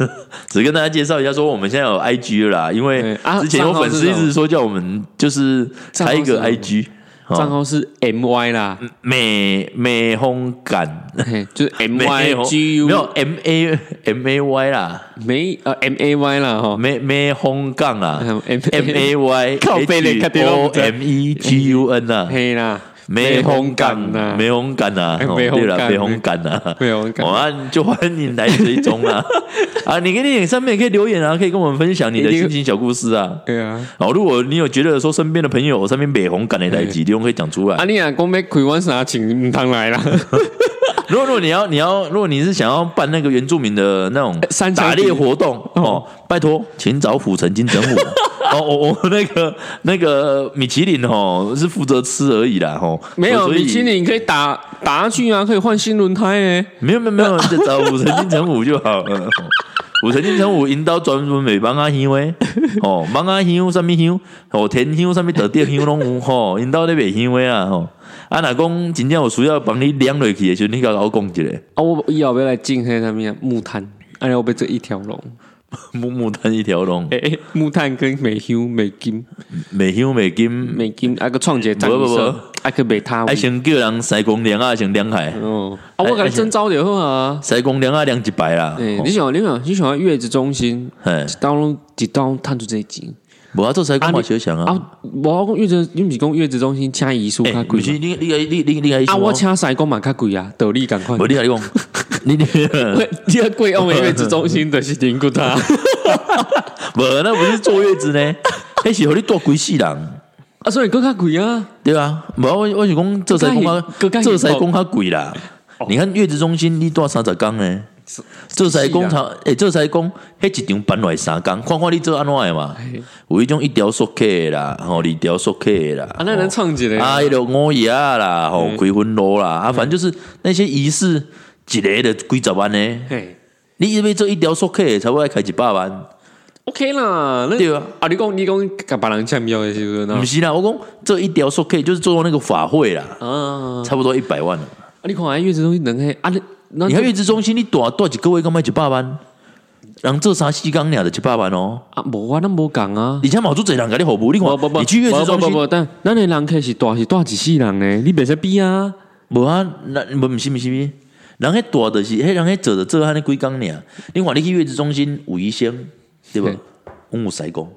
Speaker 1: 只跟大家介绍一下，说我们现在有 IG 了啦，因为
Speaker 2: 对啊
Speaker 1: 之前有粉丝一直说叫我们就是开一个
Speaker 2: 账号是
Speaker 1: IG，哦嗯
Speaker 2: 账号是 MY 啦，
Speaker 1: 美美烘感
Speaker 2: 嘿就是
Speaker 1: 美
Speaker 2: MY
Speaker 1: 烘
Speaker 2: G U
Speaker 1: 没有 M A M A Y 啦，
Speaker 2: 没呃 M A Y 啦哈
Speaker 1: 美美啊烘杠啦
Speaker 2: 嗯
Speaker 1: ，M A Y
Speaker 2: 靠背嘞看到
Speaker 1: O M E G U N 啦，
Speaker 2: 嘿啦，
Speaker 1: 没
Speaker 2: 红感呐
Speaker 1: 没红感呐，哦
Speaker 2: 没红
Speaker 1: 对了，
Speaker 2: 感
Speaker 1: 没红感呐，
Speaker 2: 没红感
Speaker 1: 哦啊，就欢迎来追踪 啦！啊，你跟你上面也可以留言啊，可以跟我们分享你的
Speaker 2: 一定
Speaker 1: 心情小故事啊。
Speaker 2: 对啊，
Speaker 1: 哦，如果你有觉得说身边的朋友身边美红感的代际，你用可以讲出来
Speaker 2: 啊，。你啊，讲要开玩啥请唔通 来啦，
Speaker 1: 如果如果你要你要如果你是想要办那个原住民的那种
Speaker 2: 三
Speaker 1: 打
Speaker 2: 枪
Speaker 1: 猎活动哦，拜托，请找府城金城 武。哦，我我那个那个米其林哦，是负责吃而已啦，哦，
Speaker 2: 没有
Speaker 1: 所以
Speaker 2: 米其林可以打打下去啊，可以换新轮胎诶、
Speaker 1: 没有没有没有，就找五成金城武就好 了。五成金城武引导专门袂帮阿香诶，哦，帮阿香什物香，哦，天香什物得地香拢有吼，引导咧袂香诶啊吼。啊，若讲真正有需要帮你量落去诶时阵，你甲我讲一下，
Speaker 2: 啊，我以后要来进黑上面啊木炭，哎呀，我被这一条龙，
Speaker 1: 木木炭一条龙，
Speaker 2: 诶、欸，木炭跟美香美金
Speaker 1: 袂香袂金，
Speaker 2: 美金啊个创杰张
Speaker 1: 不
Speaker 2: 医
Speaker 1: 不
Speaker 2: 生，啊个美他
Speaker 1: 爱先叫人西公量啊，先量海，
Speaker 2: 哦，啊，我给
Speaker 1: 哎
Speaker 2: 你征招就好啊。
Speaker 1: 西公量啊量一百啦，
Speaker 2: 诶、你想，你想，你想要月子中心，
Speaker 1: 嘿
Speaker 2: 一，刀拢一刀探出这一集
Speaker 1: 无啊做西公嘛小想啊，
Speaker 2: 啊！我讲月子，你不是讲月子中心请医术
Speaker 1: 诶
Speaker 2: 较，
Speaker 1: 不
Speaker 2: 贵
Speaker 1: 是
Speaker 2: 吗？
Speaker 1: 你你你你你你
Speaker 2: 啊，我请师公嘛较贵啊，道理赶快。
Speaker 1: 无你甲你讲，你你。
Speaker 2: 第二贵，因为月子中心的是灵骨塔。
Speaker 1: 无，那不是坐月子呢，迄是互你带规世人，
Speaker 2: 啊，所以更较贵啊！
Speaker 1: 对啊，无我我是讲这才讲
Speaker 2: 更加
Speaker 1: 较
Speaker 2: 哦严
Speaker 1: 这才讲较贵啦。你看月子中心你带三十工呢，这才讲
Speaker 2: 啊
Speaker 1: 差，诶，这才讲迄一场办落来三工，看看你做安怎的嘛。有迄种一条缩客的啦，吼，二条缩客的啦，
Speaker 2: 啊，那能创一个
Speaker 1: 啊，
Speaker 2: 啊？嗯
Speaker 1: 迄个五爷啦，吼，开婚炉啦，啊，反正就是那些仪式，一个的几十万呢。
Speaker 2: 嘿
Speaker 1: 你因为做一条缩客的，差不多要开一百万。
Speaker 2: ，OK 啦，那
Speaker 1: 对啊，
Speaker 2: 啊，你讲你讲甲别人签约的时阵
Speaker 1: 不
Speaker 2: 啊，
Speaker 1: 是啦，我讲这一条说可以，就是做那个法会啦，
Speaker 2: 啊，
Speaker 1: 差不多一百万了。
Speaker 2: 啊你看啊月子中心能嘿啊，你那
Speaker 1: 你看月子中心，你多多几个月，干嘛一百万？人做啥西工俩的一百万哦，
Speaker 2: 啊，无啊，咱无共啊。
Speaker 1: 而且冇做侪人给你服务，你
Speaker 2: 不不
Speaker 1: 看，
Speaker 2: 不，
Speaker 1: 你去月子中
Speaker 2: 不不
Speaker 1: 心，
Speaker 2: 不，但咱的人客是大是大一世人呢，你袂使比啊。
Speaker 1: 无啊，那不不是不是不是，人迄大的是，迄人迄做的做安尼几工俩，你看你去月子中心有医生，对不
Speaker 2: 嘿？
Speaker 1: 我有师公，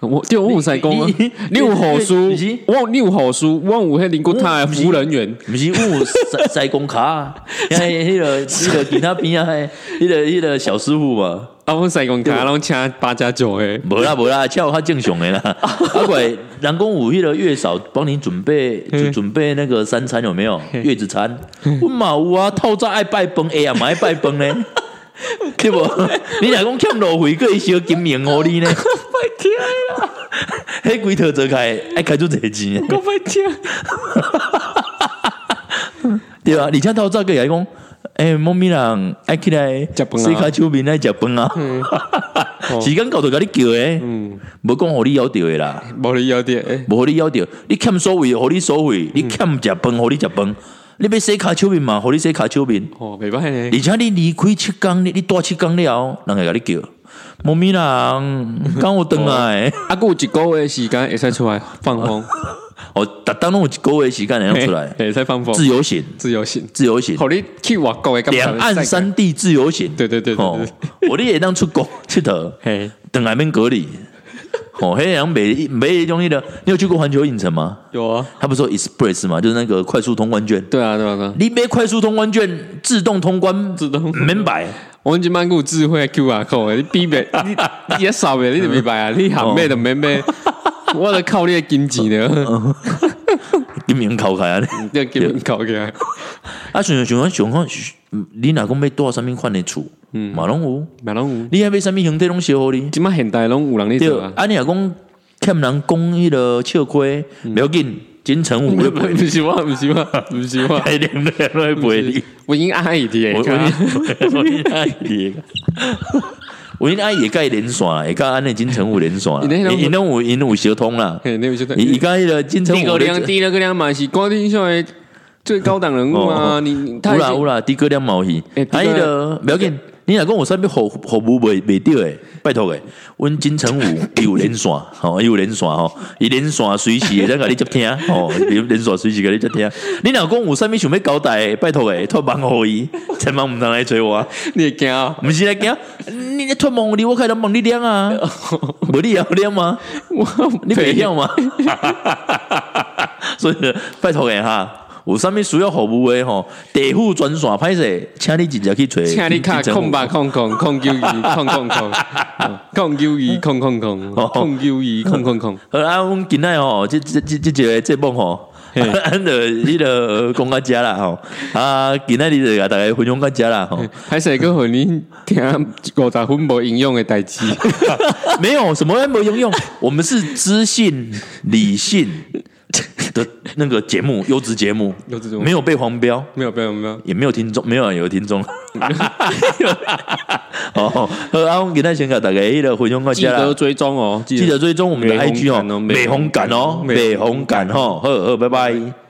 Speaker 2: 我对我有师公啊
Speaker 1: 你，
Speaker 2: 你有护士
Speaker 1: 你是，
Speaker 2: 我有你有护士，我有迄灵骨塔的服务人员。
Speaker 1: 不是我有师 师公卡啊，迄迄个迄 个其他边啊，迄个迄个小师傅嘛。
Speaker 2: 啊，我师公卡拢请八加九欸诶，
Speaker 1: 无啦无啦，叫较正常 的啦。啊怪人工有迄个月嫂帮你准备，就准备那个三餐有没有？月子餐，我嘛有啊，透早爱拜崩，哎呀嘛爱拜崩 呢，对无？你若讲欠路费，佫伊小金银互你呢？ 拜天啊！迄几套做开，爱开出侪钱的，
Speaker 2: 我拜天，
Speaker 1: 对啊，而且透早个伊讲，哎、猫咪人爱起来，
Speaker 2: 吃饭啊嗯哦
Speaker 1: 洗骹手面爱食饭啊， 时间到就甲你叫诶，无讲互你枵着诶啦。
Speaker 2: 无你有点，欸
Speaker 1: 无互你要着，你欠所谓，互你所
Speaker 2: 嗯
Speaker 1: 谓，你欠食饭，互你食饭，你要洗骹手面嘛，互你洗骹手面，
Speaker 2: 哦，袂歹呢
Speaker 1: 而。且你离开七工，你你带七工了，人会甲你叫，猫咪 人，讲我等来，
Speaker 2: 啊，还有一个月时间会使出来放风，欸
Speaker 1: 哦，逐当拢有一个月时间会用出来，
Speaker 2: 会使放风，
Speaker 1: 自由行，
Speaker 2: 自由行，
Speaker 1: 自由行，
Speaker 2: 互你去外国诶，感觉
Speaker 1: 两岸三地自由行，
Speaker 2: 对对对对
Speaker 1: 哦
Speaker 2: 对，
Speaker 1: 我你会当出国佚佗，
Speaker 2: 嘿，
Speaker 1: 等来免隔离，哦，迄人没没迄种迄个，你有去过环球影城吗？
Speaker 2: 有啊，
Speaker 1: 他不是说 Express 嘛，就是那个快速通关券。
Speaker 2: 对啊对啊对啊，
Speaker 1: 你买快速通关券，自动通关，
Speaker 2: 自动
Speaker 1: 免白，
Speaker 2: 我们即摆有智慧的 QR code，的你 比袂，你你也扫袂，你就明白啊，你喊咩就免咩，
Speaker 1: 哦
Speaker 2: 我就靠你的金钱了，
Speaker 1: 你免扣开啊！
Speaker 2: 你要金搞起来，
Speaker 1: 啊，想想想看，你若讲要住什物款的厝，嘛拢有，
Speaker 2: 嘛拢有，
Speaker 1: 你还买什物形体拢小互你。
Speaker 2: 即摆现代拢有人咧
Speaker 1: 对
Speaker 2: 做，啊，
Speaker 1: 啊，你若讲欠人讲迄个笑亏，不要紧，金城武
Speaker 2: 不
Speaker 1: 会
Speaker 2: 不
Speaker 1: 陪
Speaker 2: 不是我，不是我，不是我，
Speaker 1: 你，两个人都会陪你。
Speaker 2: 我因爱伊的
Speaker 1: 我，我我因阿姨，我因阿姨会连线啦，会甲安尼金城武连线啦，因拢有因有相通啦，
Speaker 2: 嘿，你有觉得？
Speaker 1: 伊甲迄个金城
Speaker 2: 第
Speaker 1: 武
Speaker 2: 个量，第二个量嘛是光天秀的最高档人物啊，你你他
Speaker 1: 有
Speaker 2: 已
Speaker 1: 啦
Speaker 2: 经
Speaker 1: 有啦，的哥两毛戏
Speaker 2: 欸，
Speaker 1: 还
Speaker 2: 的
Speaker 1: 有
Speaker 2: 哥
Speaker 1: 个不要紧，你若讲有啥物服服务袂袂着诶，拜托诶，阮金城武伊有连线，吼 伊有连线吼，伊连线随时会咱甲你接听，吼伊连线随时甲你接听。你若讲有啥物想要交代的，拜托诶，托帮互伊，千万毋通来找我，
Speaker 2: 你会惊啊？
Speaker 1: 毋是来惊，你你托帮你，我开能帮你念啊，无你也要念吗？
Speaker 2: 我
Speaker 1: 你袂晓吗？ 所以拜托给哈，有啥物需要服务的吼，地户专线歹势，请你直接去找，
Speaker 2: 请你卡
Speaker 1: 去去
Speaker 2: 空吧，空空空九二空空空空九二空空空空九二空空空，
Speaker 1: 好啊，阮今仔吼，即即即即一个节目吼， 咱就迄个讲到遮啦吼。啊，今仔日就甲大家分享到遮啦吼。
Speaker 2: 还是个互你听五十分无营养的代志，
Speaker 1: 没有什么没有用，我们是知性理性的那个节目，优质节目，
Speaker 2: 有这种
Speaker 1: 没有被黄标。
Speaker 2: 没有没有没有，
Speaker 1: 也没有听众，没有人有听众。 哦，好，啊，阮今仔先甲大家迄个分享到
Speaker 2: 记
Speaker 1: 遮啦
Speaker 2: 得。追踪哦，
Speaker 1: 记得追踪我们的
Speaker 2: 美红
Speaker 1: IG
Speaker 2: 感哦
Speaker 1: 哦，美
Speaker 2: 美
Speaker 1: 红
Speaker 2: 红
Speaker 1: 感哦美红感
Speaker 2: 感哦，
Speaker 1: 哦，呵呵，拜拜。